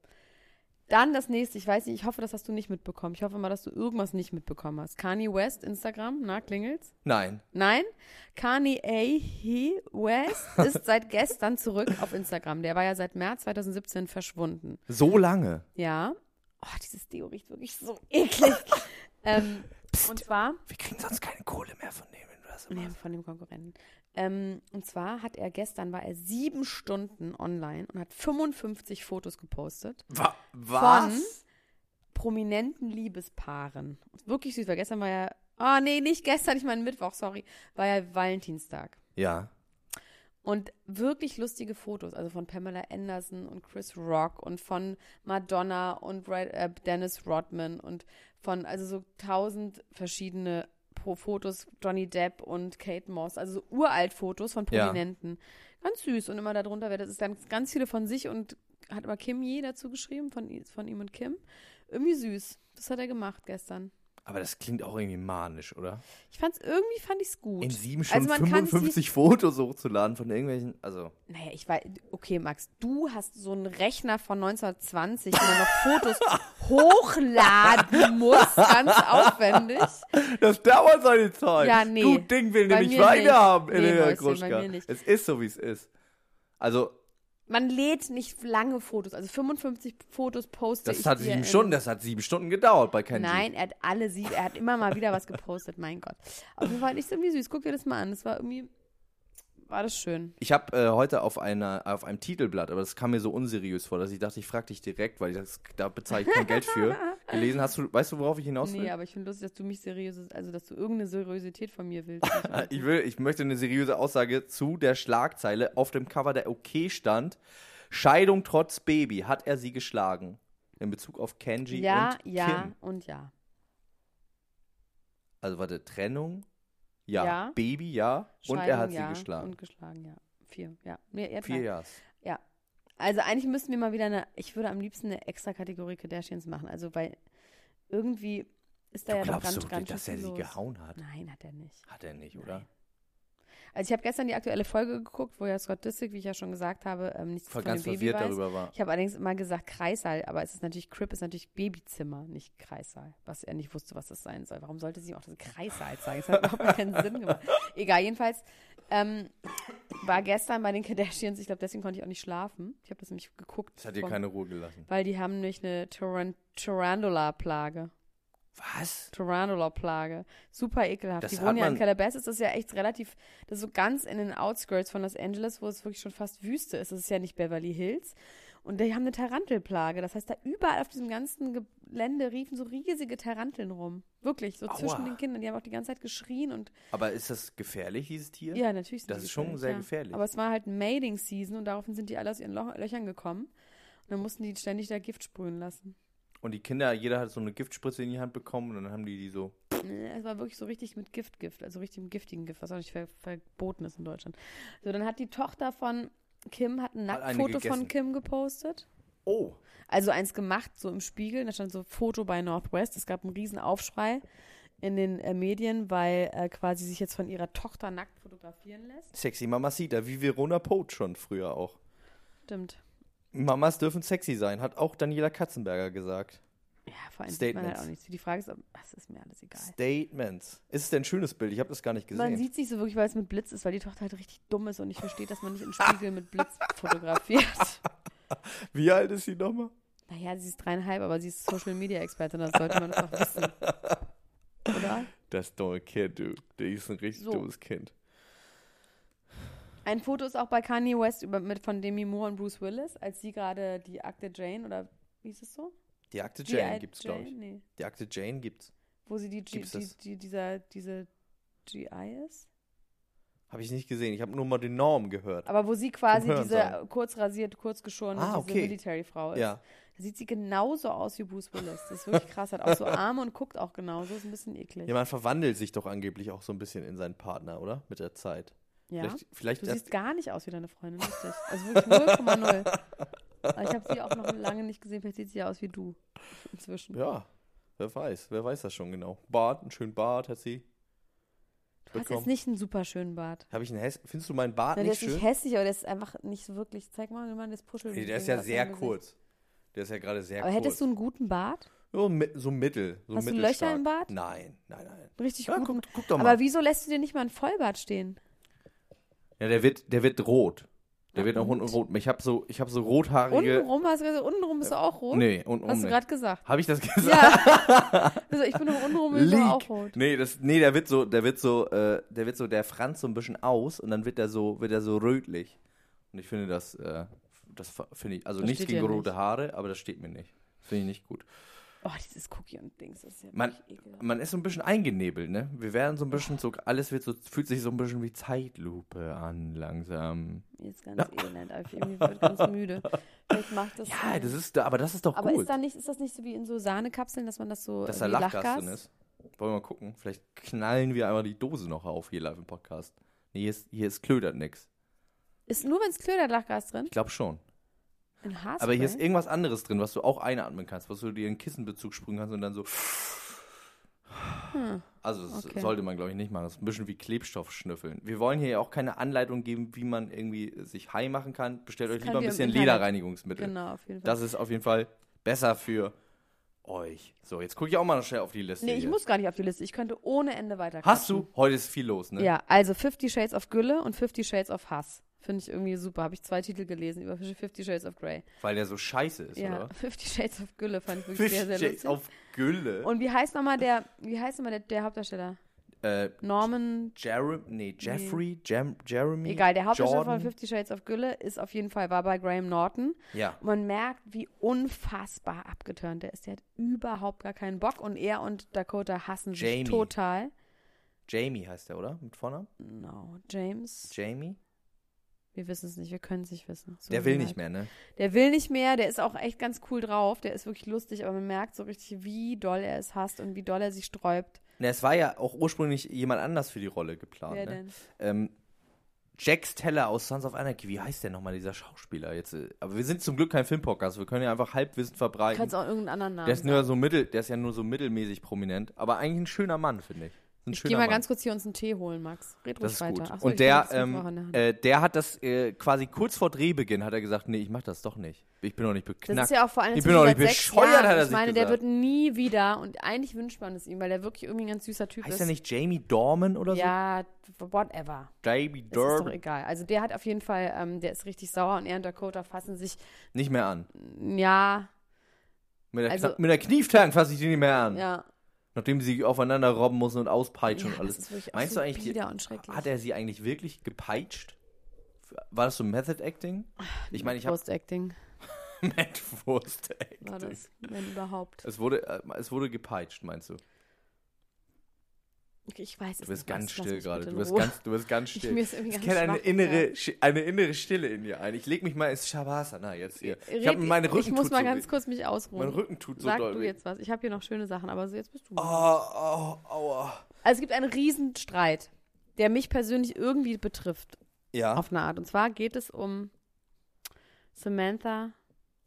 C: Dann das nächste, ich weiß nicht, ich hoffe, das hast du nicht mitbekommen. Ich hoffe mal, dass du irgendwas nicht mitbekommen hast. Kanye West, Instagram, na, klingelt's?
A: nein.
C: Nein, Kanye A. He West ist seit gestern zurück auf Instagram. Der war ja seit März 2017 verschwunden.
A: So lange.
C: Ja. Oh, dieses Deo riecht wirklich so eklig. ähm, und zwar
A: Wir kriegen sonst keine Kohle mehr von dem, wenn du das
C: nee, von dem Konkurrenten. Ähm, und zwar hat er gestern war er sieben Stunden online und hat 55 Fotos gepostet
A: Wa
C: was? prominenten Liebespaaren. Wirklich süß, weil gestern war ja ah nee nicht gestern, ich meine Mittwoch, sorry, war ja Valentinstag.
A: Ja.
C: Und wirklich lustige Fotos, also von Pamela Anderson und Chris Rock und von Madonna und Brad, äh, Dennis Rodman und von, also so tausend verschiedene Pro Fotos, Johnny Depp und Kate Moss, also so uralt Fotos von
A: Ja.
C: Prominenten. Ganz süß und immer darunter, wer das ist, ganz, ganz viele von sich und hat immer Kim Ye dazu geschrieben, von, i- von ihm und Kim. Irgendwie süß. Das hat er gemacht gestern.
A: Aber das klingt auch irgendwie manisch, oder?
C: Ich fand's, irgendwie fand ich's gut.
A: In sieben Stunden
C: Also man kann sie-
A: 55 Fotos hochzuladen von irgendwelchen. Also,
C: Naja, ich weiß, okay, Max, du hast so einen Rechner von 1920, wo man noch Fotos hochladen muss, ganz aufwendig.
A: das dauert seine Zeit.
C: Ja, nee.
A: Gut Ding will
C: Bei
A: nämlich
C: mir
A: Weine
C: nicht.
A: haben,
C: Nee,
A: Elena
C: Mäuschen, bei
A: Gruschka.
C: mir nicht.
A: Es ist so, wie es ist. Also,
C: Man lädt nicht lange Fotos, also 55 Fotos poste
A: das
C: ich
A: hat
C: dir
A: sieben
C: in-
A: Stunden, das hat sieben Stunden gedauert bei Kenji.
C: Nein, er hat alle sieben, er hat immer mal wieder was gepostet, mein Gott. Auf jeden Fall ist irgendwie süß, guck dir das mal an, das war irgendwie, war das schön.
A: Ich habe äh, heute auf, einer, auf einem Titelblatt, aber das kam mir so unseriös vor, dass ich dachte, ich frage dich direkt, weil ich das, da bezahle ich kein Geld für. Gelesen hast du, weißt du, worauf ich hinaus will?
C: Nee, aber ich finde lustig, dass du mich seriös, also dass du irgendeine Seriosität von mir willst.
A: Ich, will, ich möchte eine seriöse Aussage zu der Schlagzeile auf dem Cover der OK stand. Scheidung trotz Baby, hat er sie geschlagen? In Bezug auf Kenji
C: ja,
A: und
C: ja
A: Kim.
C: und ja.
A: Also warte, Trennung, ja.
C: Ja.
A: Baby, ja. und er hat
C: Scheidung, ja.
A: sie geschlagen.
C: Und geschlagen, ja. Vier, ja. Nee, er hat
A: Vier
C: drei.
A: Jahre.
C: Also eigentlich müssten wir mal wieder eine, ich würde am liebsten eine extra Kategorie Kardashians machen. Also weil irgendwie ist da
A: Du
C: ja doch
A: glaubst
C: ganz,
A: doch,
C: ganz
A: nicht, dass
C: schön
A: er
C: viel
A: sie
C: los.
A: gehauen hat?
C: Nein, hat er nicht.
A: Hat er nicht, oder?
C: Nein. Also ich habe gestern die aktuelle Folge geguckt, wo ja Scott Disick, wie ich ja schon gesagt habe, ähm, nichts
A: Ich war
C: von
A: ganz
C: dem Baby
A: verwirrt
C: weiß.
A: darüber war.
C: Ich habe allerdings immer gesagt Kreissaal, aber es ist natürlich, Crip ist natürlich Babyzimmer, nicht Kreissaal, was er nicht wusste, was das sein soll. Warum sollte sie ihm auch das Kreissaal zeigen? Das hat überhaupt gar keinen Sinn gemacht. Egal, jedenfalls ähm, war gestern bei den Kardashians, ich glaube, deswegen konnte ich auch nicht schlafen. Ich habe das nämlich geguckt.
A: Das hat dir
C: vor-
A: keine Ruhe gelassen.
C: Weil die haben nämlich eine Taran Tarantula-Plage.
A: Was?
C: Tarantula-Plage. Super ekelhaft.
A: Das
C: die
A: hat
C: wohnen ja in
A: man-
C: Calabasas. Das ist ja echt relativ, das ist so ganz in den Outskirts von Los Angeles, wo es wirklich schon fast Wüste ist. Das ist ja nicht Beverly Hills. Und die haben eine Tarantelplage. Das heißt, da überall auf diesem ganzen Gelände riefen so riesige Taranteln rum. Wirklich, so zwischen
A: Aua.
C: den Kindern. Die haben auch die ganze Zeit geschrien und
A: Aber ist das gefährlich, dieses Tier?
C: ja, natürlich. sind
A: Das
C: die
A: ist schon sehr gefährlich.
C: Aber es war halt Mating-Season und daraufhin sind die alle aus ihren Lo Löchern gekommen. Und dann mussten die ständig da Gift sprühen lassen.
A: Und die Kinder, jeder hat so eine Giftspritze in die Hand bekommen und dann haben die die so.
C: Nee, Es war wirklich so richtig mit Giftgift, also richtig mit giftigen Gift, was auch nicht ver verboten ist in Deutschland. So, dann hat die Tochter von Kim hat ein
A: Hat eine
C: Nacktfoto von
A: gegessen.
C: Kim gepostet.
A: Oh,
C: Also eins gemacht, so im Spiegel. Da stand so Foto bei Northwest. Es gab einen riesen Aufschrei in den äh, Medien, weil äh, quasi sich jetzt von ihrer Tochter nackt fotografieren lässt.
A: sexy Mamacita, wie Verona Poth schon früher auch.
C: Stimmt.
A: Mamas dürfen sexy sein, hat auch Daniela Katzenberger gesagt.
C: Ja, vor allem sieht man halt
A: Statements.
C: auch nichts. Die Frage ist, ob, ach, es ist mir alles egal.
A: Statements. Ist es denn ein schönes Bild? Ich habe das gar nicht gesehen.
C: Man sieht nicht so wirklich, weil es mit Blitz ist, weil die Tochter halt richtig dumm ist und ich verstehe, dass man nicht im Spiegel mit Blitz fotografiert.
A: wie alt ist sie nochmal?
C: Naja, sie ist dreieinhalb, aber sie ist Social Media Expertin, das sollte man doch wissen. Oder?
A: Das dumme Kind, du. Die ist ein richtig
C: So.
A: dummes Kind.
C: Ein Foto ist auch bei Kanye West über, mit, von Demi Moore und Bruce Willis, als sie gerade die Akte Jane oder wie ist es so?
A: Die Akte
C: Die
A: Jane
C: Akte
A: gibt's, glaube ich.
C: Jane? Nee.
A: Die Akte Jane gibt's.
C: Wo sie die, G,
A: Gibt's
C: die,
A: das?
C: die dieser, diese GI ist?
A: Habe ich nicht gesehen. Ich habe nur mal den Norm gehört.
C: Aber wo sie quasi
A: Zum Hören
C: diese kurz rasiert, kurz geschorene,
A: Ah,
C: diese
A: okay.
C: Military-Frau ist.
A: Ja.
C: Da sieht sie genauso aus wie Bruce Willis. Das ist wirklich krass. Hat auch so Arme und guckt auch genauso. Ist ein bisschen eklig.
A: Ja, man verwandelt sich doch angeblich auch so ein bisschen in seinen Partner, oder? Mit der Zeit.
C: Ja.
A: Vielleicht, vielleicht
C: Du
A: erst-
C: siehst gar nicht aus wie deine Freundin, richtig. Also wirklich 0,0. Aber ich habe sie auch noch lange nicht gesehen. Vielleicht sieht sie ja aus wie du inzwischen.
D: Ja, wer weiß, wer weiß das schon genau. Bart, einen schönen Bart hat sie.
C: du hast
D: bekommen.
C: jetzt nicht einen super schönen Bart.
D: Habe ich einen Häss Findest du meinen Bart
C: Nein,
D: Ah,
C: der
D: nicht
C: ist
D: schön?
C: nicht hässlich, aber der ist einfach nicht so wirklich. Zeig mal, wie man das Puschel.
D: nee, der ist ja sehr kurz. Der ist ja gerade sehr
C: Aber
D: kurz.
C: hättest du einen guten Bart?
D: so, mi- so mittel, so
C: Hast du
D: mittelstark.
C: Löcher im Bart?
D: Nein, nein, nein.
C: Einen Richtig
D: Ja,
C: guten.
D: guck, guck doch mal.
C: aber wieso lässt du dir nicht mal einen Vollbart stehen?
A: Ja, der wird, der wird rot. Der
C: Ach,
A: wird nach unten
C: und?
A: rot. Ich habe so, ich habe so rothaarige.
C: Untenrum hast du gesagt, untenrum bist du auch rot?
A: Nee, untenrum
C: Hast du
A: nicht.
C: gerade gesagt.
A: Habe ich das gesagt?
C: Ja. Also ich bin doch untenrum bin ich aber auch rot.
A: Nee, das, nee, der wird so, der wird so, äh, der wird so, der franz so ein bisschen aus und dann wird er so, wird er so rötlich. Und ich finde das, äh, das fa- finde ich, also
C: Das
A: nichts
C: steht dir
A: gegen rote
C: nicht.
A: Haare, aber das steht mir nicht. Finde ich nicht gut.
C: Oh, dieses Cookie und Dings das ist ja
A: Man-
C: wirklich ekelhaft.
A: Man ist so ein bisschen eingenebelt, ne? Wir werden so ein bisschen so, alles wird so, fühlt sich so ein bisschen wie Zeitlupe an, langsam.
C: Mir ist ganz elend, aber ich irgendwie wird ganz müde. Vielleicht macht das.
A: Ja,
C: ähm,
A: das ist, aber das ist doch
C: aber
A: gut,
C: ist, da nicht, ist das nicht so wie in so Sahnekapseln, dass man das so.
A: dass
C: äh,
A: da
C: wie
A: Lachgas, drin ist. Wollen wir mal gucken? Vielleicht knallen wir einmal die Dose noch auf hier live im Podcast. Nee, hier ist, hier ist klödert nix.
C: Ist nur wenn es klödert Lachgas drin?
A: Ich glaube schon.
C: In Haarspray?
A: Aber hier ist eh irgendwas anderes drin, was du auch einatmen kannst, was du dir in den Kissenbezug sprühen kannst und dann so.
C: Hm.
A: Also das
C: Okay.
A: sollte man, glaube ich, nicht machen. Das ist ein bisschen wie Klebstoff schnüffeln. Wir wollen hier ja auch keine Anleitung geben, wie man irgendwie sich high machen kann. Bestellt
C: Das
A: euch
C: könnt
A: lieber ein
C: ihr im
A: bisschen
C: Internet.
A: Lederreinigungsmittel.
C: Genau, auf jeden Fall.
A: Das ist auf jeden Fall besser für euch. So, jetzt gucke ich auch mal noch schnell auf die Liste.
C: nee, ich
A: hier.
C: muss gar nicht auf die Liste. Ich könnte ohne Ende weiter.
A: Hast du? Heute ist viel los, ne?
C: Ja, also Fifty Shades of Gülle und Fifty Shades of Hass. Finde ich irgendwie super. Habe ich zwei Titel gelesen über Fifty Shades of Grey.
A: Weil der so scheiße ist,
C: Ja,
A: oder?
C: Fifty Shades of Gülle fand ich wirklich
A: Fish
C: sehr, sehr
A: Shakes
C: lustig.
A: auf Gülle.
C: Und wie heißt nochmal der, wie heißt nochmal der, der Hauptdarsteller?
A: äh,
C: Norman
A: Jerem, nee, Jeffrey, Jem, Jeremy.
C: Egal, der Hauptdarsteller
A: Jordan.
C: von Fifty Shades of Gülle ist auf jeden Fall war bei Graham Norton.
A: Ja.
C: Und man merkt, wie unfassbar abgeturnt der ist. Der hat überhaupt gar keinen Bock und er und Dakota hassen
A: Jamie.
C: sich total.
A: Jamie heißt der, oder? Mit Vornamen?
C: No, James.
A: Jamie?
C: Wir wissen es nicht, wir können es nicht wissen. Es tut
A: Der
C: mir
A: will
C: leid.
A: nicht mehr, ne?
C: Der will nicht mehr, der ist auch echt ganz cool drauf. Der ist wirklich lustig, aber man merkt so richtig, wie doll er es hasst und wie doll er sich sträubt.
A: Na, es war ja auch ursprünglich jemand anders für die Rolle geplant,
C: Wer
A: ne?
C: denn?
A: Ähm, Jax Teller aus Sons of Anarchy, wie heißt der nochmal, dieser Schauspieler? Jetzt, äh, aber wir sind zum Glück kein Filmpodcast, wir können ja einfach Halbwissen
C: Du
A: verbreiten.
C: kannst auch irgendeinen anderen Namen.
A: Der ist,
C: sagen.
A: nur so mittel, der ist ja nur so mittelmäßig prominent, aber eigentlich ein schöner Mann, finde ich. Ein
C: Ich
A: schöner
C: geh mal
A: Mann.
C: ganz kurz hier uns einen Tee holen, Max. Red
A: das
C: ruhig
A: ist
C: weiter.
A: gut.
C: Ach so, ich
A: Und
C: hab
A: der,
C: das Mikrofon auch in der
A: ähm,
C: Hand.
A: äh, der hat das äh, quasi kurz vor Drehbeginn hat er gesagt, nee, ich mach das doch nicht. Ich bin doch nicht
C: Das
A: beknackt.
C: ist ja auch vor allem
A: Ich
C: jetzt
A: bin doch
C: schon
A: nicht
C: seit sechs
A: bescheuert,
C: Jahren.
A: hat er
C: Ich
A: sich
C: meine, der
A: gesagt.
C: wird nie wieder und eigentlich wünscht man es ihm, weil der wirklich irgendwie ein ganz süßer Typ
A: heißt
C: ist.
A: er nicht Jamie Dorman oder
C: Ja, whatever.
A: so? Jamie
C: Das ist doch
A: Dorman.
C: egal. Also der hat auf jeden Fall, ähm, der ist richtig sauer und er und Dakota fassen sich,
A: Nicht mehr an.
C: ja,
A: Mit der,
C: Also-
A: Kna- mit der Knieftank fasse Hm. ich die nicht mehr an.
C: ja.
A: Nachdem sie aufeinander robben mussten und auspeitschen und
C: Ja,
A: alles.
C: das ist wirklich
A: Meinst du
C: absolut
A: eigentlich, die,
C: bieder und schrecklich.
A: hat er sie eigentlich wirklich gepeitscht? War das so Method Acting? Ich meine, ich habe
C: Post-Acting
A: Metwurst
C: war
A: Acting.
C: das, wenn überhaupt.
A: Es wurde, äh, es wurde gepeitscht, meinst du?
C: Okay, ich weiß es
A: Du bist
C: nicht,
A: ganz
C: Max, lass
A: still
C: mich
A: gerade.
C: bitte in
A: Du bist
C: Ruhe.
A: ganz, du bist ganz
C: Ich-
A: still.
C: mir ist irgendwie
A: ich
C: ganz
A: kenne eine
C: schwach,
A: innere,
C: ja.
A: Schi- eine innere Stille in dir ein. Ich lege mich mal ins Shavasana jetzt hier. Ich, hab,
C: Red-
A: mein Rücken
C: ich muss
A: tut
C: mal
A: so
C: ganz
A: weh.
C: kurz mich ausruhen.
A: Mein Rücken tut so
C: Sag
A: doll
C: du
A: weh.
C: jetzt was. Ich habe hier noch schöne Sachen, aber so jetzt bist du.
A: Oh, oh, aua.
C: Also es gibt einen Riesenstreit, der mich persönlich irgendwie betrifft.
A: Ja.
C: auf eine Art. Und zwar geht es um Samantha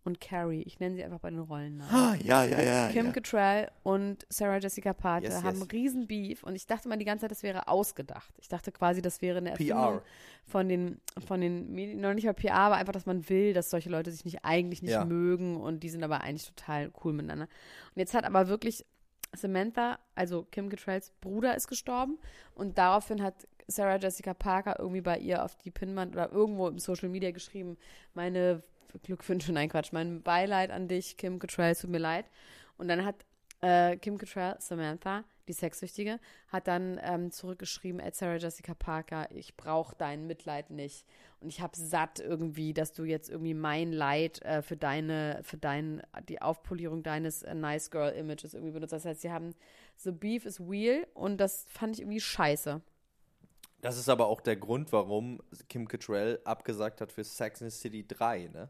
C: und Carrie. Ich nenne sie einfach bei den Rollennamen.
D: Ah, ja, ja, ja.
C: Kim
D: ja.
C: Cattrall und Sarah Jessica Parker
A: Yes,
C: haben
A: yes.
C: riesen Beef und ich dachte mal die ganze Zeit, das wäre ausgedacht. Ich dachte quasi, das wäre eine Erfindung
A: PR.
C: von den von den Medien, noch nicht mal PR, aber einfach, dass man will, dass solche Leute sich nicht eigentlich nicht
A: Ja.
C: mögen und die sind aber eigentlich total cool miteinander. Und jetzt hat aber wirklich Samantha, also Kim Cattralls Bruder ist gestorben und daraufhin hat Sarah Jessica Parker irgendwie bei ihr auf die Pinnwand oder irgendwo im Social Media geschrieben, meine Glückwünsche, nein Quatsch, mein Beileid an dich, Kim Cattrall, es tut mir leid. Und dann hat äh, Kim Cattrall, Samantha, die Sexsüchtige, hat dann ähm, zurückgeschrieben, at Sarah Jessica Parker, ich brauche dein Mitleid nicht. Und ich habe satt irgendwie, dass du jetzt irgendwie mein Leid äh, für deine, für dein, die Aufpolierung deines äh, Nice Girl Images irgendwie benutzt. Das heißt, sie haben, so Beef is real und das fand ich irgendwie scheiße.
D: Das ist aber auch der Grund, warum Kim Cattrall abgesagt hat für Sex and the City 3, ne?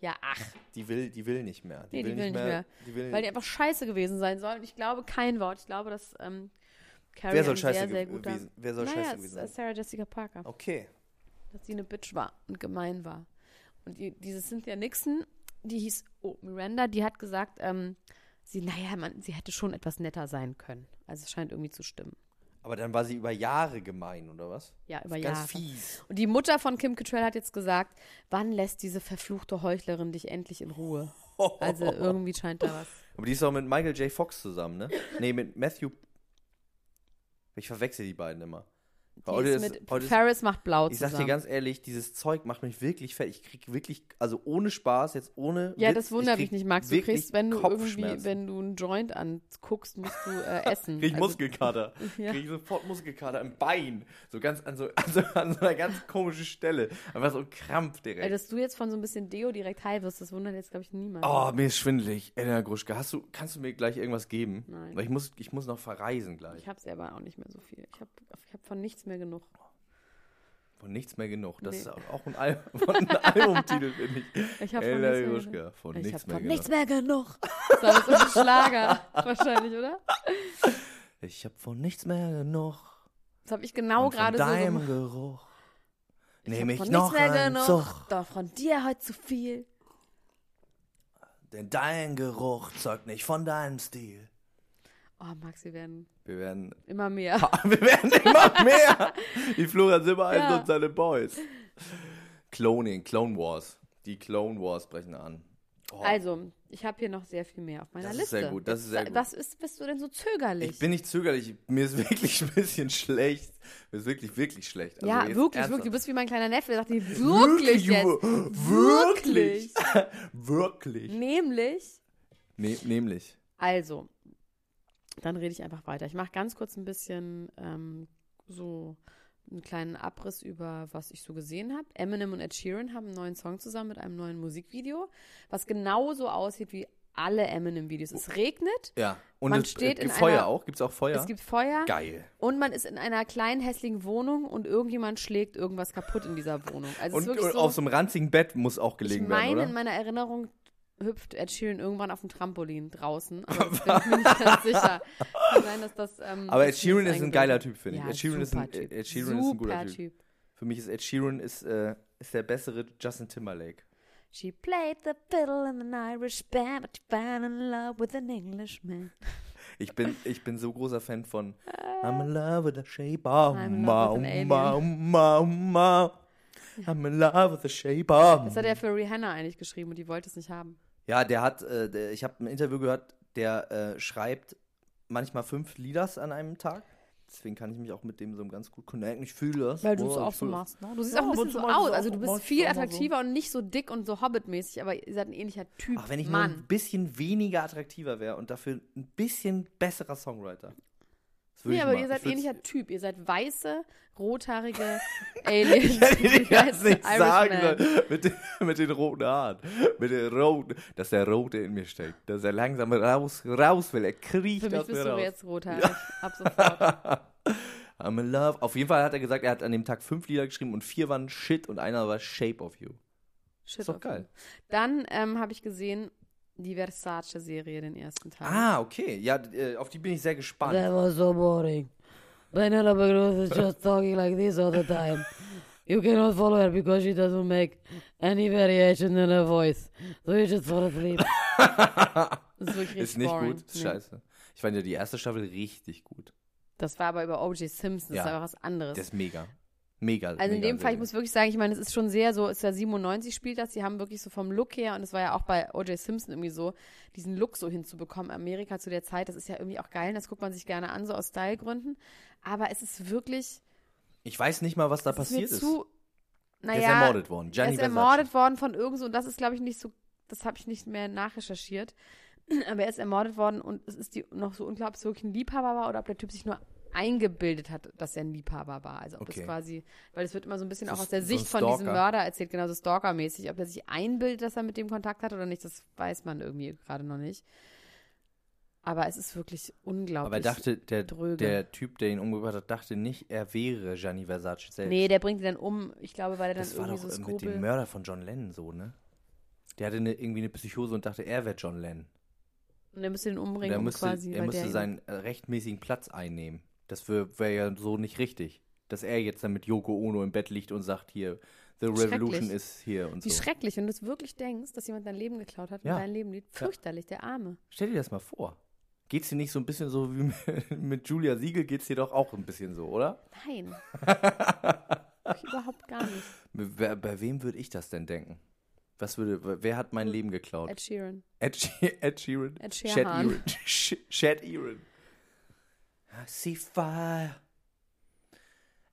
C: Ja, ach,
D: Die will, die will nicht mehr.
C: Nee, die will nicht mehr.
A: Hm.
D: Die will
C: weil die einfach scheiße gewesen sein soll. Und ich glaube kein Wort. Ich glaube, dass ähm, Carrie
A: Wer soll
C: ein
A: scheiße
C: sehr, sehr guter.
A: gewesen Wer soll
C: naja,
A: scheiße
C: es
A: gewesen sein?
C: ist Sarah Jessica Parker,
A: Okay.
C: dass sie eine Bitch war und gemein war. Und die, diese Cynthia Nixon, die hieß oh, Miranda, die hat gesagt, ähm, sie, naja, man, sie hätte schon etwas netter sein können. Also es scheint irgendwie zu stimmen.
A: Aber dann war sie über Jahre gemein, oder was?
C: Ja, über
A: Ganz
C: Jahre.
A: fies.
C: Und die Mutter von Kim Cattrall hat jetzt gesagt, wann lässt diese verfluchte Heuchlerin dich endlich in Ruhe? Also irgendwie scheint da was.
A: Aber die ist auch mit Michael J. Fox zusammen, ne? nee, mit Matthew. Ich verwechsel die beiden immer.
C: Die
A: Heute
C: ist
A: ist-
C: mit
A: heute ist-
C: Ferris macht blau
A: Ich
C: zusammen.
A: sag dir ganz ehrlich, dieses Zeug macht mich wirklich fertig. Ich krieg wirklich, also ohne Spaß, jetzt ohne.
C: ja,
A: Witz,
C: das wundert
A: ich krieg
C: mich nicht, Max. Du
A: wirklich
C: kriegst, wenn du irgendwie,
A: Kopfschmerzen.
C: wenn du einen Joint anguckst, musst du äh, essen.
A: Krieg ich
C: Also-
A: Muskelkater.
C: Ja.
A: Krieg ich sofort Muskelkater im Bein. So ganz an so, an so, an so einer ganz komischen Stelle. Einfach so ein Krampf
C: Ey,
A: direkt.
C: dass du jetzt von so ein bisschen Deo direkt high wirst, das wundert jetzt, glaube ich, niemand.
A: Oh, mir ist schwindelig. Elena Gruschka, hast du, kannst du mir gleich irgendwas geben?
C: Nein.
A: Weil ich muss, ich muss noch verreisen gleich.
C: Ich habe selber auch nicht mehr so viel. Ich habe ich hab von nichts mehr genug.
A: Von nichts mehr genug. Das
C: Nee.
A: ist auch auch ein, Al von einem Albumtitel, finde ich.
C: Ich habe von
A: Elena
C: nichts mehr genug.
A: Gruschka, von
C: Ich
A: nichts
C: habe
A: mehr
C: von
A: genug.
C: nichts mehr genug. Das war so ein Schlager wahrscheinlich, oder?
A: Ich habe von nichts mehr genug.
C: Das habe ich genau
A: Und
C: gerade
A: von
C: so gemacht.
A: deinem Geruch. Nehme
C: hab
A: ich,
C: von
A: noch
C: nichts mehr
A: einen
C: genug.
A: Zug.
C: Doch von dir heute zu viel.
A: Denn dein Geruch zeugt nicht von deinem Stil.
C: Oh, Max, wir werden
A: Wir werden,
C: immer mehr.
A: wir werden immer mehr. Die Florian Silbereisen
C: Ja.
A: und seine Boys. Cloning, Clone Wars. Die Clone Wars brechen an. Oh,
C: Also, ich habe hier noch sehr viel mehr auf meiner
A: das ist
C: Liste.
A: sehr gut. Das ist sehr gut.
C: Was ist, bist du denn so zögerlich?
A: ich bin nicht zögerlich. Mir ist wirklich ein bisschen schlecht. Mir ist wirklich, wirklich schlecht. Also
C: ja,
A: jetzt
C: wirklich,
A: ernsthaft.
C: wirklich. Du bist wie mein kleiner Neffe, der sagt dir wirklich jetzt.
A: Junge. Wirklich. Wirklich.
C: Nämlich
A: Ne, nämlich.
C: Also, dann rede ich einfach weiter. Ich mache ganz kurz ein bisschen ähm, so einen kleinen Abriss über, was ich so gesehen habe. Eminem und Ed Sheeran haben einen neuen Song zusammen mit einem neuen Musikvideo, was genauso aussieht wie alle Eminem-Videos. Es regnet,
A: Ja. Und
C: Man
A: es,
C: steht
A: äh,
C: in
A: Feuer
C: einer-
A: auch? Gibt es auch Feuer?
C: es gibt Feuer
A: Geil.
C: und man ist in einer kleinen hässlichen Wohnung und irgendjemand schlägt irgendwas kaputt in dieser Wohnung. Also es
A: Und
C: ist wirklich
A: äh,
C: so,
A: auf so einem ranzigen Bett muss auch
C: ich
A: gelegen
C: meine, in
A: werden,
C: meiner Erinnerung hüpft Ed Sheeran irgendwann auf dem Trampolin draußen. Aber das bin ich mir nicht ganz sicher. Kann sein, dass das. Ähm,
A: Aber Ed
C: das
A: Sheeran
C: Team
A: ist ein
C: eingegangen
A: geiler Typ, finde ich.
C: Ja,
A: Ed Sheeran ist ein-
C: super Typ.
A: Ed Sheeran ist ein guter
C: Super
A: Typ. oder? Für mich ist Ed Sheeran ist, äh, ist der bessere Justin Timberlake.
C: She played the fiddle in an Irish band, but she fell in love with an Englishman.
A: Ich bin, ich bin so großer Fan von I'm in love with the shape of
C: I'm in love with an
A: ma- ma- ma- I'm in love with the shape of
C: Das hat er für Rihanna eigentlich geschrieben und die wollte es nicht haben.
A: Ja, der hat, äh, der, ich habe ein Interview gehört, der äh, schreibt manchmal fünf Lieders an einem Tag. Deswegen kann ich mich auch mit dem so ganz gut connecten. Ich fühle das.
C: Weil du es
A: Oh,
C: auch
A: ich
C: so
A: fühle
C: machst, ne? Du siehst
A: Ja,
C: auch ein
A: ab und
C: bisschen
A: zu
C: so
A: mach ich's
C: aus.
A: auch-
C: Also du
A: mach
C: bist
A: ich's
C: viel
A: auch mal so.
C: attraktiver und nicht so dick und so Hobbit-mäßig, aber ihr seid ein ähnlicher Typ.
A: Ach, wenn ich nur ein
C: Mann.
A: bisschen weniger attraktiver wäre und dafür ein bisschen besserer Songwriter. Das würd
C: Nee,
A: ich
C: aber
A: mal-
C: ihr seid eh
A: ich würd's-
C: ähnlicher Typ. Ihr seid weiße, rothaarige Aliens.
A: Ich hätte dir das
C: Weiße
A: nicht sagen
C: Irishmen.
A: sollen. Mit, den- mit den roten Haaren. Mit den roten. Dass der Rote in mir steckt. Dass er langsam raus, raus will. Er kriecht
C: Für mich
A: aus mir
C: bist du
A: raus.
C: jetzt rothaarig. Ab sofort.
A: I'm in love. Auf jeden Fall hat er gesagt, er hat an dem Tag fünf Lieder geschrieben und vier waren Shit und einer war Shape of You.
C: Shit
A: Ist doch
C: auf
A: geil.
C: ihn. Dann ähm, habe ich gesehen die Versace-Serie den ersten Tag.
A: Ah, okay. Ja, d- äh, auf die bin ich sehr gespannt.
E: was so boring. Penelope Cruz is just talking like this all the time. You cannot follow her because she doesn't make any variation in her voice. So you just fall asleep.
C: Das ist wirklich
A: Ist
C: richtig
A: nicht
C: boring.
A: gut. Ist
C: Nee.
A: scheiße. Ich fand ja die erste Staffel richtig gut.
C: Das war aber über O.J. Simpson. Das
A: Ja.
C: war was anderes.
A: Der ist mega. Mega.
C: also in
A: mega
C: dem Fall, ich
A: Serie.
C: muss wirklich sagen, ich meine, es ist schon sehr so, es ist ja 97 spielt das, die haben wirklich so vom Look her, und es war ja auch bei O.J. Simpson irgendwie so, diesen Look so hinzubekommen, Amerika zu der Zeit, das ist ja irgendwie auch geil, das guckt man sich gerne an, so aus Stylegründen, aber es ist wirklich,
A: Ich weiß nicht mal, was da
C: es mir
A: passiert ist.
C: zu,
A: Der
C: naja,
A: ist ermordet worden.
C: Er
A: Gianni
C: ist
A: Versace.
C: ermordet worden von irgend so, und das ist, glaube ich, nicht so, das habe ich nicht mehr nachrecherchiert. Aber er ist ermordet worden und es ist die, noch so unklar, ob es wirklich ein Liebhaber war oder ob der Typ sich nur eingebildet hat, dass er ein Liebhaber war. Also ob
A: Okay.
C: das quasi, weil es wird immer so ein bisschen
A: So
C: auch
A: ein-
C: aus der
A: so ein
C: Sicht von diesem
A: Stalker.
C: Mörder erzählt, genauso Stalker-mäßig. Ob er sich einbildet, dass er mit dem Kontakt hat oder nicht, das weiß man irgendwie gerade noch nicht. Aber es ist wirklich unglaublich.
A: Aber er dachte, der,
C: dröge.
A: der Typ, der ihn umgebracht hat, dachte nicht, er wäre Gianni Versace selbst.
C: nee, der bringt ihn dann um. Ich glaube, weil er dann
A: das war
C: irgendwie
A: doch
C: so
A: äh, mit
C: Skrupel...
A: dem Mörder von John Lennon so, ne? Der hatte eine, irgendwie eine Psychose und dachte, er wäre John Lennon.
C: und er müsste den
A: Und
C: umbringen,
A: er
C: um
A: müsste,
C: quasi,
A: er
C: weil der
A: müsste
C: ihn-
A: seinen äh, rechtmäßigen Platz einnehmen. Das wäre ja so nicht richtig. Dass er jetzt dann mit Yoko Ono im Bett liegt und sagt hier, The Revolution
C: Schrecklich.
A: ist hier und
C: Wie
A: so.
C: schrecklich, wenn du es wirklich denkst, dass jemand dein Leben geklaut hat
A: Ja.
C: und dein Leben liebt. Fürchterlich, der Arme.
A: Stell dir das mal vor. Geht's dir nicht so ein bisschen so wie mit Julia Siegel geht's dir doch auch ein bisschen so, oder?
C: Nein. Ich überhaupt gar nicht.
A: Bei, bei wem würde ich das denn denken? Was würde, wer hat mein
C: Hm.
A: Leben geklaut?
C: Ed Sheeran.
A: Ed, She Ed Sheeran.
C: Ed Sheeran.
A: Shad Earon. Shad Earon. I see fire.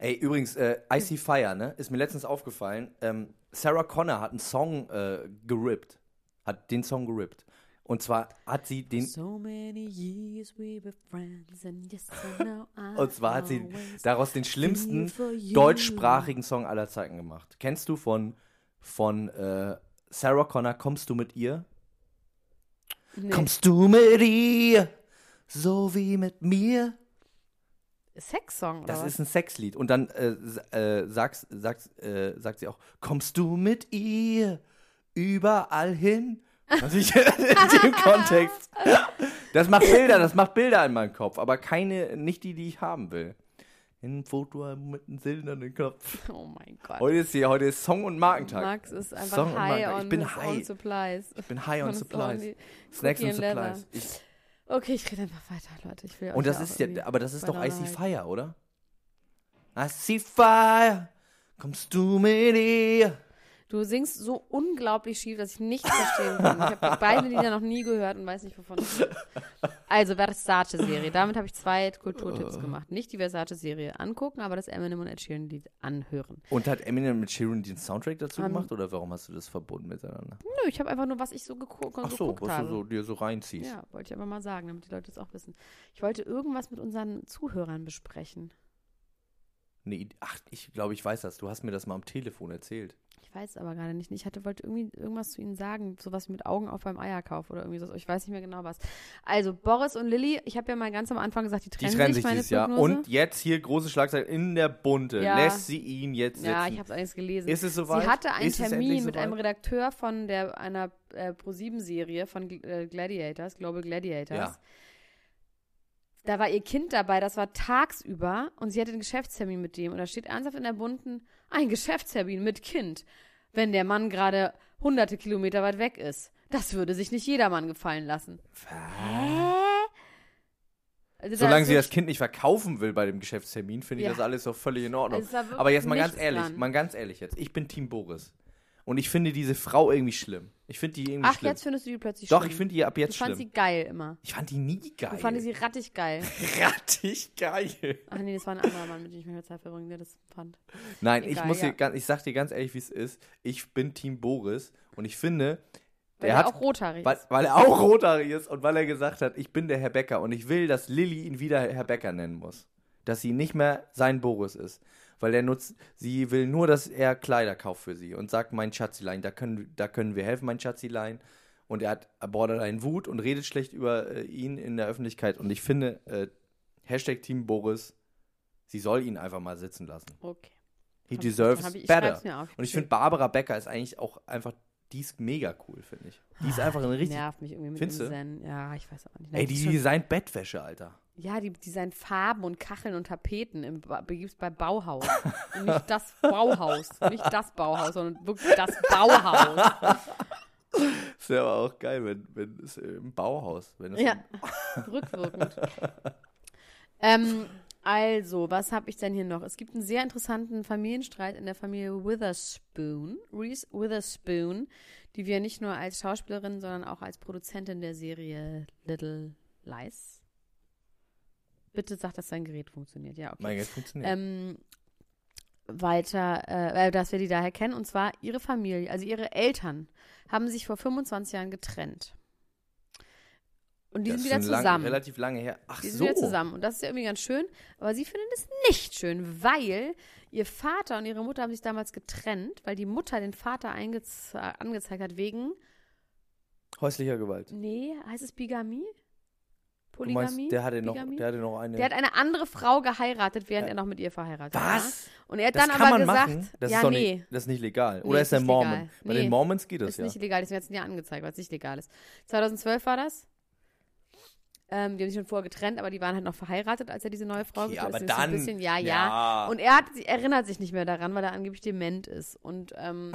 A: Ey, übrigens, äh, I see fire, ne? Ist mir letztens aufgefallen. Ähm, Sarah Connor hat einen Song äh, gerippt. Hat den Song gerippt. Und zwar hat sie den.
C: So many years we were friends and yes I know I
A: Und zwar hat sie
C: always
A: daraus den
C: be
A: schlimmsten
C: for you.
A: deutschsprachigen Song aller Zeiten gemacht. Kennst du von, von äh, Sarah Connor, kommst du mit ihr?
C: Nee.
A: Kommst du mit ihr, so wie mit mir?
C: Sexsong oder
A: Das
C: was?
A: ist ein Sexlied. Und dann äh, s- äh, sag's, sag's, äh, sagt sie auch, kommst du mit ihr überall hin? Was ich in dem Kontext. Das macht Bilder, das macht Bilder in meinem Kopf, aber keine, nicht die, die ich haben will. Ein Foto mit einem silbernen Knopf.
C: oh mein Gott.
A: Heute ist hier, heute ist Song und Markentag.
C: Max ist einfach
A: Song und
C: high
A: Markentag.
C: on
A: Ich bin
C: his
A: high.
C: own supplies.
A: Ich bin high on
C: Und so
A: supplies.
C: die
A: Snacks
C: Cookie
A: and
C: and Leather.
A: supplies. Ich,
C: Okay, ich rede einfach weiter, Leute. Ich will euch
A: und das
C: ja
A: ist
C: auch
A: ja,
C: irgendwie
A: aber das ist doch
C: beinahe
A: Icy
C: halten.
A: Fire, oder? Icy Fire, kommst du mit ihr?
C: Du singst so unglaublich schief, dass ich nichts verstehen kann. Ich habe beide Lieder noch nie gehört und weiß nicht, wovon ich rede. Also Versace-Serie. Damit habe ich zwei Kulturtipps
A: Oh.
C: gemacht. Nicht die Versace-Serie angucken, aber das Eminem und Ed Sheeran-Lied anhören.
A: Und hat Eminem mit Sheeran den Soundtrack dazu
C: Ähm,
A: gemacht oder warum hast du das verbunden miteinander?
C: Nö, ich habe einfach nur, was ich so geguckt
A: Ach
C: und
A: so,
C: geguckt
A: was
C: habe.
A: du so, dir so reinziehst.
C: ja, wollte ich aber mal sagen, damit die Leute es auch wissen. Ich wollte irgendwas mit unseren Zuhörern besprechen.
A: Nee, ach, ich glaube, ich weiß das. Du hast mir das mal am Telefon erzählt.
C: Ich weiß aber gerade nicht. Ich hatte, wollte irgendwie irgendwas zu ihnen sagen, sowas wie mit Augen auf beim Eierkauf oder irgendwie so. Ich weiß nicht mehr genau was. Also Boris und Lilly, ich habe ja mal ganz am Anfang gesagt, die
A: Die
C: trennen,
A: trennen sich
C: meine
A: dieses Jahr.
C: Prognose.
A: Und jetzt hier große Schlagzeile in der Bunte.
C: Ja.
A: Lässt sie ihn jetzt sitzen.
C: Ja, ich habe es eigentlich gelesen.
A: Ist es soweit?
C: Sie hatte einen
A: Ist es endlich
C: Termin mit
A: soweit?
C: einem Redakteur von der einer äh, Pro7-Serie von Gl- äh, Gladiators, Global Gladiators.
A: Ja.
C: Da war ihr Kind dabei, das war tagsüber und sie hatte einen Geschäftstermin mit dem. Und da steht ernsthaft in der bunten, ein Geschäftstermin mit Kind, wenn der Mann gerade hunderte Kilometer weit weg ist. Das würde sich nicht jedermann gefallen lassen. Also da
A: Solange
C: ist
A: sie
C: so-
A: das Kind nicht verkaufen will bei dem Geschäftstermin, finde ich
C: Ja.
A: das alles doch völlig in Ordnung.
C: Also es war wirklich
A: Aber jetzt mal ganz
C: nichts
A: ehrlich,
C: dran.
A: mal ganz ehrlich jetzt. Ich bin Team Boris. Und ich finde diese Frau irgendwie schlimm. Ich finde die irgendwie
C: Ach,
A: schlimm.
C: jetzt findest du die plötzlich
A: doch,
C: schlimm.
A: ich finde die ab
C: Du
A: jetzt
C: fandst
A: schlimm.
C: sie geil immer.
A: Ich fand die nie geil.
C: Du fandest sie rattig geil.
A: rattig geil.
C: Ach nee, das war ein anderer Mann, mit dem ich meine Zeit verbringe, der das fand.
A: Nein, ich
C: Egal,
A: muss
C: ja.
A: dir, ganz- ich sag dir ganz ehrlich, wie es ist. Ich bin Team Boris und ich finde,
C: Weil
A: der
C: er
A: hat,
C: auch rothaarig
A: weil,
C: ist.
A: weil er auch rothaarig ist und weil er gesagt hat, ich bin der Herr Becker und ich will, dass Lilly ihn wieder Herr Becker nennen muss, dass sie nicht mehr sein Boris ist, weil er nutzt, sie will nur, dass er Kleider kauft für sie und sagt, mein Schatzilein, da können, da können wir helfen, mein Schatzilein. Und er hat Borderline Wut und redet schlecht über äh, ihn in der Öffentlichkeit. Und ich finde, äh, Hashtag Team Boris, sie soll ihn einfach mal sitzen lassen.
C: Okay.
A: He
C: Hab ich-
A: deserves
C: dann hab ich- ich
A: better.
C: schreib's mir auf.
A: Und ich finde, Barbara Becker ist eigentlich auch einfach, die ist mega cool, finde ich. Die
C: Ah,
A: ist einfach eine richtig.
C: Nervt mich irgendwie mit dem
A: Findste?
C: Zen. Ja, ich weiß auch nicht.
A: Ey,
C: Nein,
A: die
C: ist schon-
A: designt Bettwäsche, Alter.
C: ja, die designen Farben und Kacheln und Tapeten im Ba- gibt's bei Bauhaus. und nicht das Bauhaus. Nicht das Bauhaus, sondern wirklich das Bauhaus.
A: Das wäre aber auch geil, wenn, wenn es im Bauhaus, wenn es um-
C: Ja. Rückwirkend. ähm, also, was habe ich denn hier noch? Es gibt einen sehr interessanten Familienstreit in der Familie Witherspoon. Reese Witherspoon, die wir nicht nur als Schauspielerin, sondern auch als Produzentin der Serie Little Lies. Bitte sag, dass dein Gerät funktioniert. Ja, okay
A: mein Geld funktioniert.
C: ähm, weiter, äh, äh, dass wir die daher kennen. Und zwar ihre Familie, also ihre Eltern, haben sich vor 25 Jahren getrennt. Und die
A: das
C: sind
A: ist
C: wieder
A: schon lang-
C: zusammen.
A: relativ lange her. Ach
C: die sind
A: so.
C: wieder zusammen. Und das ist ja irgendwie ganz schön. Aber sie finden es nicht schön, weil ihr Vater und ihre Mutter haben sich damals getrennt, weil die Mutter den Vater eingez- äh, angezeigt hat wegen,
A: Häuslicher Gewalt.
C: nee, heißt es Bigamie?
A: Du
C: Polygamie?
A: meinst, der hatte noch,
C: Bigamie?
A: der hatte noch eine.
C: Der hat eine andere Frau geheiratet, während er noch mit ihr verheiratet war.
A: Was?
C: Und er hat
A: das
C: dann
A: kann
C: aber
A: man
C: gesagt,
A: machen. Das
C: ja,
A: ist doch
C: nee,
A: nicht, das ist nicht legal. Oder
C: Nee,
A: ist
C: ist
A: er
C: nicht
A: Mormon?
C: legal.
A: Bei
C: Nee.
A: den Mormons geht das
C: ist
A: ja.
C: nicht legal, deswegen hat es nie angezeigt, weil es nicht legal ist. 2012 war das. Ähm, die haben sich schon vorher getrennt, aber die waren halt noch verheiratet, als er diese neue Frau
F: Okay,
C: getroffen
F: aber
C: ist so ein
F: dann-
C: bisschen, ja, ja,
F: ja.
C: Und er hat, sie erinnert sich nicht mehr daran, weil er angeblich dement ist. Und ähm,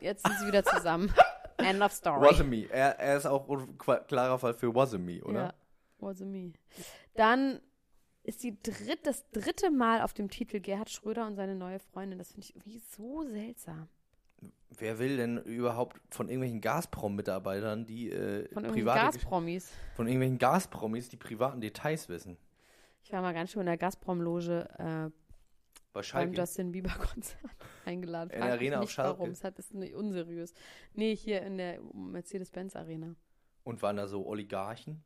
C: jetzt sind sie wieder zusammen. End of story.
F: Wasami. Er, er ist auch ein qua- klarer Fall für Wasami, oder?
C: Ja, was a me. Dann ist die dritt, das dritte Mal auf dem Titel Gerhard Schröder und seine neue Freundin. Das finde ich irgendwie so seltsam.
A: Wer will denn überhaupt von irgendwelchen Gazprom-Mitarbeitern, die äh,
C: Von irgendwelchen
A: private,
C: Gazpromis.
A: von irgendwelchen Gazpromis die privaten Details wissen?
C: Ich war mal ganz schön in der Gazprom-Loge äh,
A: Bei
C: beim
A: Schalke.
C: Justin Bieber-Konzert eingeladen.
A: In
C: Frag
A: der
C: mich
A: Arena auf
C: nicht,
A: Schalke.
C: Warum? Es hat- ist nicht unseriös. Nee, hier in der Mercedes-Benz-Arena.
A: Und waren da so Oligarchen?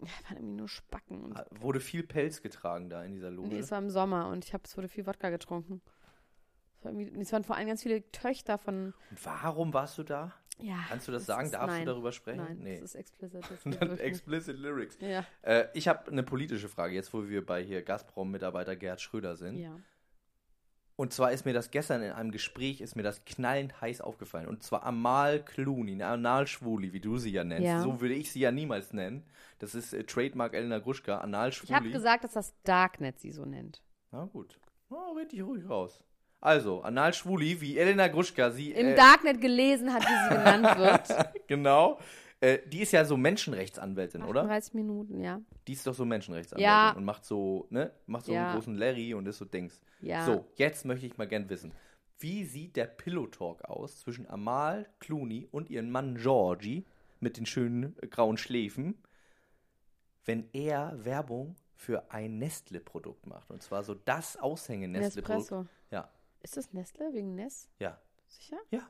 C: Ja, waren irgendwie nur Spacken. Und
A: Ah, Wurde viel Pelz getragen da in dieser
C: Nee,
A: Loge.
C: es war im Sommer und ich habe, es wurde viel Wodka getrunken. Es, war irgendwie- es waren vor allem ganz viele Töchter von.
A: Und warum warst du da?
C: Ja.
A: Kannst du das sagen?
C: ist-
A: Darfst
C: nein.
A: du darüber sprechen?
C: Nein,
A: nee.
C: das ist explizit. Das geht
A: Dann
C: wirklich nicht.
A: Explicit Lyrics.
C: ja.
A: Äh, ich habe eine politische Frage, jetzt wo wir bei hier Gazprom-Mitarbeiter Gerhard Schröder sind.
C: ja.
A: Und zwar ist mir das gestern in einem Gespräch, ist mir das knallend heiß aufgefallen. Und zwar Amal Clooney, eine Analschwuli, wie du sie ja nennst.
C: Ja.
A: So würde ich sie ja niemals nennen. Das ist äh, Trademark Elena Gruschka,
C: Ich habe
A: Analschwuli.
C: gesagt, dass das Darknet sie so nennt.
A: Na gut, oh, red dich ruhig raus. Also, Analschwuli, wie Elena Gruschka sie
C: Im
A: äh,
C: Darknet gelesen hat, wie sie genannt wird.
A: genau, äh, die ist ja so Menschenrechtsanwältin, oder?
C: 30 Minuten, ja.
A: Die ist doch so Menschenrechtsanwältin
C: Ja.
A: und macht so, ne, macht so
C: Ja.
A: einen großen Larry und ist so Dings.
C: Ja.
A: So, jetzt möchte ich mal gern wissen. Wie sieht der Pillow Talk aus zwischen Amal Clooney und ihrem Mann Georgie mit den schönen äh, grauen Schläfen, wenn er Werbung für ein Nestle-Produkt macht? Und zwar so das Aushängen-Nestle-Produkt.
C: Nespresso.
A: Ja,
C: Ist das Nestle wegen Ness?
A: ja,
C: Sicher?
A: ja.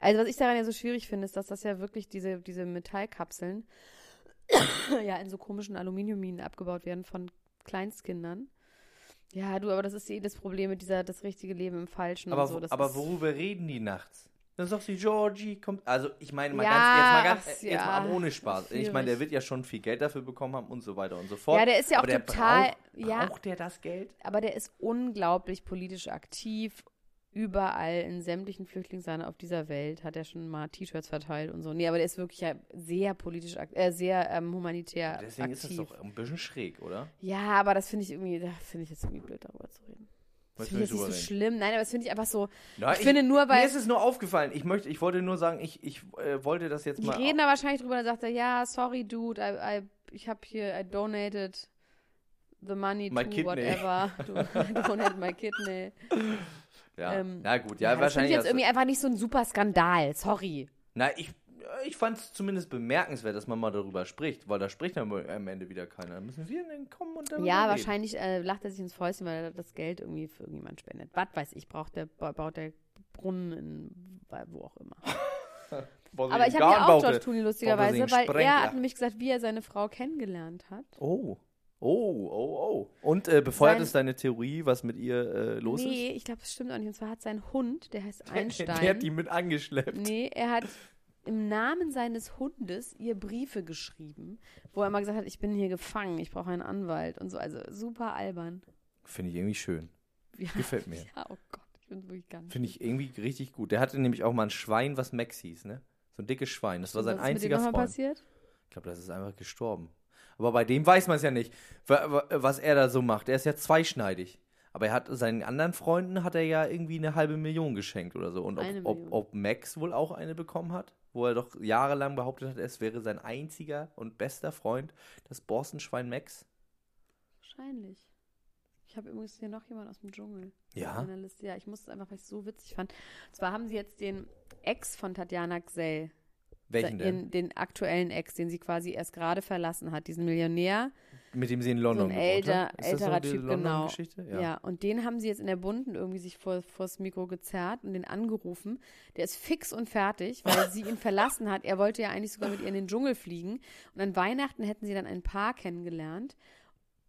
C: Also was ich daran ja so schwierig finde, ist, dass das ja wirklich diese, diese Metallkapseln ja in so komischen Aluminiumminen abgebaut werden von Kleinstkindern. Ja, du, aber das ist eh das Problem mit dieser, das richtige Leben im Falschen
A: Aber,
C: und so.
A: wo-
C: Das
A: aber
C: ist,
A: worüber reden die nachts? Dann sagt sie, Georgie kommt. Also, ich meine, mal
C: Ja,
A: ganz, jetzt mal
C: ach,
A: ganz,
C: ja.
A: jetzt mal aber ohne Spaß.
C: Schwierig.
A: Ich meine, der wird ja schon viel Geld dafür bekommen haben und so weiter und so fort.
C: Ja, der ist ja auch
A: aber der
C: total-
A: Braucht,
C: ja.
A: braucht der das Geld?
C: aber der ist unglaublich politisch aktiv. Überall in sämtlichen Flüchtlingslagern auf dieser Welt hat er schon mal T-Shirts verteilt und so. Nee, aber der ist wirklich ja sehr politisch, ak- äh, sehr ähm, humanitär
A: Deswegen
C: aktiv.
A: ist das doch ein bisschen schräg, oder?
C: Ja, aber das finde ich irgendwie, da finde ich jetzt irgendwie blöd, darüber zu reden.
A: Möchtest
C: Das finde ich
A: du
C: jetzt nicht so
A: nicht drüber
C: schlimm. Nein, aber das finde ich einfach so.
A: Na,
C: ich, finde nur,
A: Mir
C: weil
A: ist es nur aufgefallen. Ich, möchte, ich wollte nur sagen, ich, ich äh, wollte das jetzt
C: die
A: mal.
C: reden da wahrscheinlich drüber, dann sagt er, ja, sorry, dude, I, I, ich habe hier, I donated the money
A: My
C: to
A: kidney.
C: whatever. Du, I donated my kidney.
A: ja.
C: ähm,
A: na gut, ja,
C: das finde ich
A: wahrscheinlich.
C: jetzt
A: hast du-
C: irgendwie einfach nicht so ein super Skandal, sorry.
A: na, ich, äh, ich fand es zumindest bemerkenswert, dass man mal darüber spricht, weil da spricht dann wohl am Ende wieder keiner. Dann müssen wir denn kommen und darüber
C: Ja,
A: reden.
C: wahrscheinlich äh, lacht er sich ins Fäustchen, weil er das Geld irgendwie für irgendjemand spendet. Was weiß ich, braucht der, ba- baut der Brunnen in, weil- wo auch immer.
A: Wo sie
C: Aber
A: den
C: ich habe ja
A: Garn
C: auch
A: baute.
C: George Clooney lustigerweise,
A: Baute sie
C: weil
A: den
C: er
A: Sprengler.
C: hat nämlich gesagt, wie er seine Frau kennengelernt hat.
A: Oh. Oh, oh, oh. Und äh, befeuert
C: Sein-
A: es deine Theorie, was mit ihr äh, los
C: nee, ich glaube, das stimmt auch nicht. Und zwar hat sein Hund, der heißt
A: ist? Der hat die
C: Einstein.
A: mit angeschleppt.
C: nee, er hat im Namen seines Hundes ihr Briefe geschrieben, wo er immer gesagt hat, ich bin hier gefangen, ich brauche einen Anwalt und so. Also super albern.
A: Finde ich irgendwie schön.
C: Ja,
A: Gefällt mir.
C: Ja, oh Gott, ich bin wirklich ganz.
A: Finde ich irgendwie richtig gut. Der hatte nämlich auch mal ein Schwein, was Max hieß, ne? So ein dickes Schwein. Das war sein
C: Was ist mit dem
A: einziger
C: nochmal
A: Freund.
C: passiert?
A: Ich glaube, das ist einfach gestorben. Aber bei dem weiß man es ja nicht, wa- wa- was er da so macht. Er ist ja zweischneidig. Aber er hat seinen anderen Freunden hat er ja irgendwie eine halbe Million geschenkt oder so. Und ob,
C: Eine Million.
A: ob, ob Max wohl auch eine bekommen hat, wo er doch jahrelang behauptet hat, es wäre sein einziger und bester Freund, das Borstenschwein Max.
C: Wahrscheinlich. Ich habe übrigens hier noch jemanden aus dem Dschungel.
A: Ja?
C: Auf meiner Liste. Ja, ich musste es einfach, weil ich es so witzig fand. Und zwar haben sie jetzt den Ex von Tatjana Gsell
A: Welchen
C: Se-
A: denn?
C: ihren- Den aktuellen Ex, den sie quasi erst gerade verlassen hat, diesen Millionär.
A: Mit dem sie in London
C: so ein
A: gewohnt
C: älter,
A: hat? Ist das so
C: älterer
A: diese
C: Typ, genau.
A: London-Geschichte?
C: Ja. und den haben sie jetzt in der Bunden irgendwie sich vor, vors Mikro gezerrt und den angerufen. Der ist fix und fertig, weil sie ihn verlassen hat. Er wollte ja eigentlich sogar mit ihr in den Dschungel fliegen. Und an Weihnachten hätten sie dann ein Paar kennengelernt.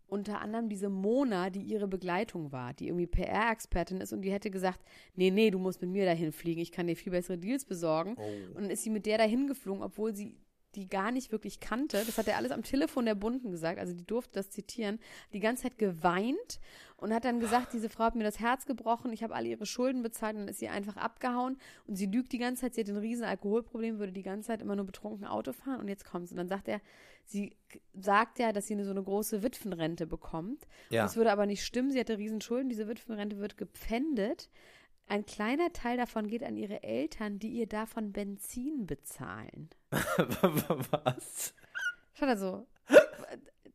C: Unter anderem diese Mona, die ihre Begleitung war, die irgendwie PR-Expertin ist und die hätte gesagt, nee, nee, du musst mit mir dahin fliegen, ich kann dir viel bessere Deals besorgen. Und dann ist sie mit der dahin geflogen, obwohl sie die gar nicht wirklich kannte, das hat er alles am Telefon der Bunden gesagt, also die durfte das zitieren, die ganze Zeit geweint und hat dann gesagt, diese Frau hat mir das Herz gebrochen, ich habe alle ihre Schulden bezahlt und dann ist sie einfach abgehauen und sie lügt die ganze Zeit, sie hat ein riesen Alkoholproblem, würde die ganze Zeit immer nur betrunken Auto fahren und jetzt kommt's. Und dann sagt er, sie k- sagt ja, dass sie eine, so eine große Witwenrente bekommt.
A: Ja.
C: Das würde aber nicht stimmen, sie hatte riesen Schulden, diese Witwenrente wird gepfändet. Ein kleiner Teil davon geht an ihre Eltern, die ihr davon Benzin bezahlen.
A: Was?
C: Schaut er so.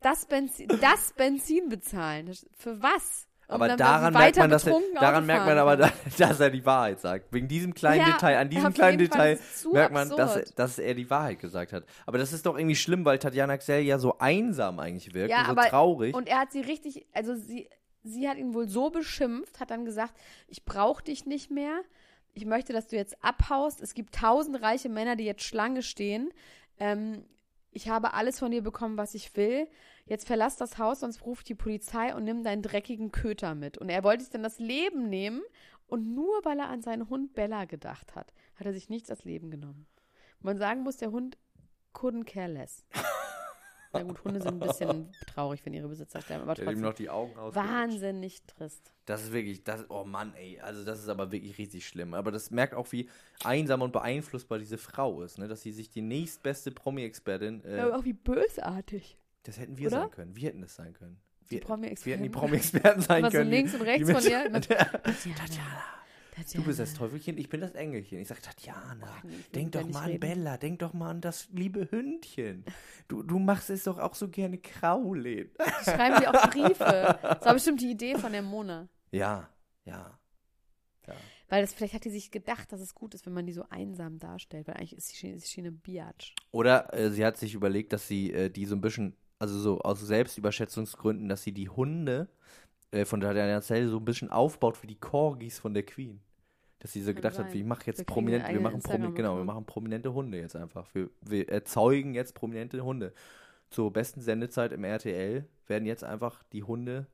C: Das Benzin, das Benzin bezahlen. Das- Für was? Um
A: Aber
C: dann
A: daran
C: weiter
A: merkt man, dass er,
C: betrunken
A: daran
C: Auto
A: merkt
C: fahren
A: man aber,
C: kann.
A: dass er die Wahrheit sagt. Wegen diesem kleinen
C: Ja,
A: Detail, an diesem
C: auf
A: kleinen
C: jeden Fall,
A: Detail
C: das ist zu
A: merkt man, dass,
C: absurd.
A: dass er die Wahrheit gesagt hat. Aber das ist doch irgendwie schlimm, weil Tatjana Xell ja so einsam eigentlich wirkt
C: Ja,
A: und so
C: aber-
A: traurig.
C: Und er hat sie richtig, also sie, sie hat ihn wohl so beschimpft, hat dann gesagt, ich brauche dich nicht mehr. Ich möchte, dass du jetzt abhaust. Es gibt tausend reiche Männer, die jetzt Schlange stehen. Ähm, ich habe alles von dir bekommen, was ich will. Jetzt verlass das Haus, sonst ruf die Polizei und nimm deinen dreckigen Köter mit. Und er wollte sich dann das Leben nehmen. Und nur weil er an seinen Hund Bella gedacht hat, hat er sich nicht das Leben genommen. Man sagen muss, der Hund couldn't care less. Na gut, Hunde sind ein bisschen traurig, wenn ihre Besitzer sterben, aber
A: Er hat ihm
C: trotzdem
A: die Augen aus.
C: wahnsinnig trist.
A: Das ist wirklich, das, oh Mann, ey, also das ist aber wirklich richtig schlimm. Aber das merkt auch, wie einsam und beeinflussbar diese Frau ist, ne? dass sie sich die nächstbeste Promi-Expertin, äh,
C: Aber auch wie bösartig.
A: das hätten wir
C: oder?
A: sein können, wir hätten das sein können. Wir,
C: Promi-Experten.
A: wir hätten die Promi-Experten sein
C: Immer so
A: können. die-
C: links und
A: die
C: rechts
A: mit-
C: von ihr. Immer-
A: Tatjana,
C: Tatjana.
A: du bist das Teufelchen, ich bin das Engelchen. Ich sag, Tatjana,
C: nee, ich will
A: denk
C: mit der
A: doch mal
C: nicht
A: an
C: reden.
A: Bella, denk doch mal an das liebe Hündchen. Du, du machst es doch auch so gerne kraulen.
C: Schreiben sie auch Briefe. Das war bestimmt die Idee von der Mona.
A: Ja, ja.
C: Weil das, vielleicht hat die sich gedacht, dass es gut ist, wenn man die so einsam darstellt. Weil eigentlich ist sie, ist sie eine Biatch.
A: Oder äh, sie hat sich überlegt, dass sie äh, die so ein bisschen, also so aus Selbstüberschätzungsgründen, dass sie die Hunde äh, von Tatjana Zell so ein bisschen aufbaut wie die Corgis von der Queen. Dass sie so
C: Kann
A: gedacht hat,
C: sein.
A: ich mache jetzt
C: Wir kriegen
A: prominente,
C: einen
A: wir machen
C: eigenen
A: promi genau, wir
C: Instagram-Account.
A: machen prominente Hunde jetzt einfach. Wir, wir erzeugen jetzt prominente Hunde. Zur besten Sendezeit im RTL werden jetzt einfach die Hunde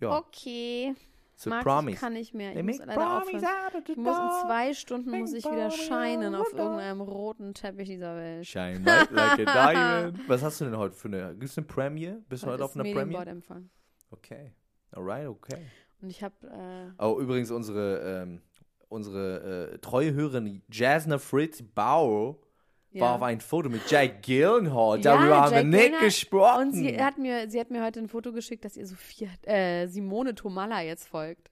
A: ja,
C: Okay.
A: zu
C: Max, ich
A: Promis.
C: kann nicht mehr. Ich
A: They
C: muss
A: make
C: leider
A: promis
C: aufhören.
A: out of the
C: Ich muss in
A: dog.
C: zwei Stunden muss
A: Bing
C: ich wieder
A: bong, ja,
C: scheinen auf
A: wunderbar.
C: irgendeinem roten Teppich dieser Welt.
A: Shine bright like a diamond. Was hast du denn heute für eine? Gibt's eine Premiere? Bist du heute auf
C: ist
A: einer Premiere?
C: Medienbordempfang.
A: Okay. Alright, okay.
C: Und ich habe äh,
A: Oh, übrigens unsere, ähm, unsere äh, treue Hörerin Jasna Fritz Bauer war
C: ja.
A: auf ein Foto mit Jack Gyllenhaal.
C: Ja,
A: Darüber haben wir
C: Jack
A: nicht
C: Gyllenhaal.
A: gesprochen.
C: Und sie hat, mir, sie hat mir heute ein Foto geschickt, dass ihr Sophia, äh, Simone Tomalla jetzt folgt.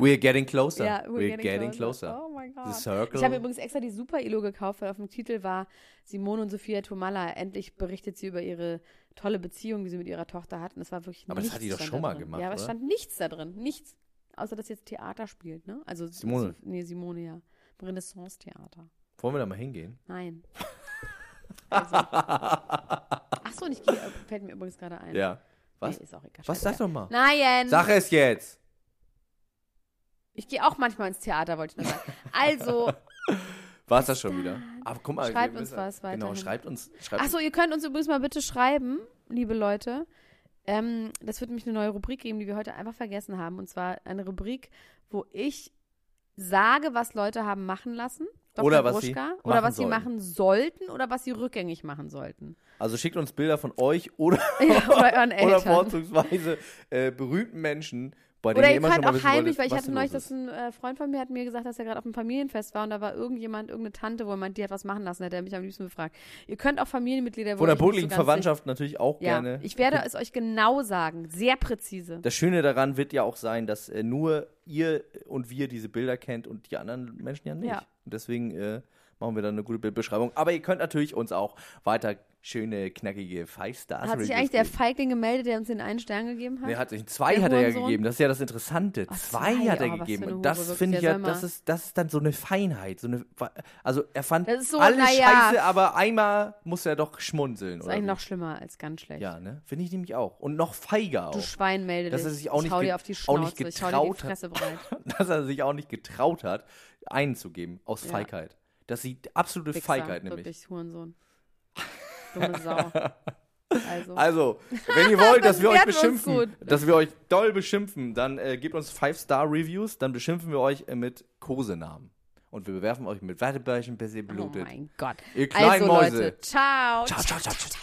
A: we're getting closer.
C: Ja,
A: we're, getting, closer.
C: Oh mein Gott.
A: The circle.
C: Ich habe übrigens extra die Super-Elo gekauft, weil auf dem Titel war Simone und Sophia Tomalla. Endlich berichtet sie über ihre tolle Beziehung, die sie mit ihrer Tochter hat. Und es war wirklich
A: Aber das hat
C: nichts
A: die doch
C: stand
A: schon
C: da
A: mal
C: drin.
A: gemacht,
C: Ja, aber es
A: oder?
C: stand nichts da drin. Nichts. Außer, dass sie jetzt Theater spielt, ne? Also,
A: Simone.
C: Sie, nee, Simone, ja. Im Renaissance-Theater.
A: Wollen wir da mal hingehen?
C: Nein. Also. Achso, und ich gehe, äh, fällt mir übrigens gerade ein.
A: Ja. Was?
C: Nee, ist auch egal.
A: Was? Sag doch mal.
C: Nein!
A: Sag es jetzt.
C: Ich gehe auch manchmal ins Theater, wollte ich nur sagen. Also,
A: War es das schon wieder? Aber guck mal,
C: Schreibt
A: wir
C: uns
A: müssen-
C: was
A: Genau,
C: weiterhin.
A: schreibt uns. Schreibt
C: achso, ihr könnt uns übrigens mal bitte schreiben, liebe Leute. Ähm, das wird mich eine neue Rubrik geben, die wir heute einfach vergessen haben. Und zwar eine Rubrik, wo ich sage, was Leute haben machen lassen. Dr.
A: Oder was sie
C: Gruschka.
A: machen
C: oder was
A: sollten.
C: sie machen sollten oder was sie rückgängig machen sollten.
A: Also schickt uns Bilder von euch oder,
C: Ja, oder euren
A: oder
C: Eltern.
A: vorzugsweise äh, berühmten Menschen, bei denen
C: Oder
A: ihr
C: ihr
A: immer schon
C: könnt
A: mal
C: auch
A: wissen wolltet,
C: heimlich, weil ich
A: was
C: hatte
A: denn
C: neulich,
A: los
C: dass
A: ist.
C: ein äh, Freund von mir hat mir gesagt, dass er gerade auf einem Familienfest war und da war irgendjemand, irgendeine Tante, wo er meint, die hat was machen lassen, hätte er mich am liebsten befragt. Ihr könnt auch Familienmitglieder, wo
A: Von der
C: ich nicht so
A: buckligen
C: ganz
A: Verwandtschaft natürlich auch
C: sicher- Ja,
A: gerne.
C: ich werde es euch genau sagen, sehr präzise.
A: Das Schöne daran wird ja auch sein, dass äh, nur ihr und wir diese Bilder kennt und die anderen Menschen ja nicht.
C: Ja.
A: Und deswegen äh, machen wir dann eine gute Bildbeschreibung. Aber ihr könnt natürlich uns auch weiter schöne, knackige Five Stars
C: hat sich
A: Reviews
C: eigentlich der
A: geben.
C: Feigling gemeldet, der uns den einen Stern gegeben hat?
A: Nee, hat sich zwei
C: Der
A: hat er ja
C: Hurensohn?
A: gegeben. Das ist ja das Interessante.
C: Ach,
A: zwei,
C: zwei,
A: hat er
C: oh, was
A: gegeben.
C: für eine
A: Und
C: Hure,
A: das
C: wirklich.
A: finde ich
C: Der
A: ja,
C: soll mal-
A: das ist, das ist dann so eine Feinheit. So eine, also er fand
C: Das ist so,
A: alles
C: na ja.
A: scheiße, aber einmal muss er doch schmunzeln.
C: ist
A: oder
C: eigentlich
A: wie?
C: noch schlimmer als ganz schlecht.
A: ja, ne? Finde ich nämlich auch. Und noch feiger
C: Du
A: auch.
C: Schwein melde
A: Dass
C: dich.
A: er sich auch
C: ich
A: nicht
C: hau
A: ge-
C: dir auf die
A: auch
C: Schnauze,
A: nicht
C: ich hau dir die
A: getraut hat.
C: Fresse breit.
A: Dass er sich auch nicht getraut hat, einen zu geben aus Feigheit. Das ist die absolute
C: Wichser,
A: Feigheit nämlich.
C: Wirklich, Hurensohn. Dumme Sau. Also.
A: Also, wenn ihr wollt, dass wir euch
C: Bewerten uns
A: beschimpfen,
C: gut.
A: dass wir euch doll beschimpfen, dann äh, gebt uns 5-Star-Reviews, dann beschimpfen wir euch äh, mit Kosenamen. Und wir bewerfen euch mit Wattebäuschen, bis ihr blutet.
C: Oh mein Gott.
A: Ihr kleinen
C: Also
A: Mäuse.
C: Leute, ciao.
A: Ciao, ciao, ciao, ciao.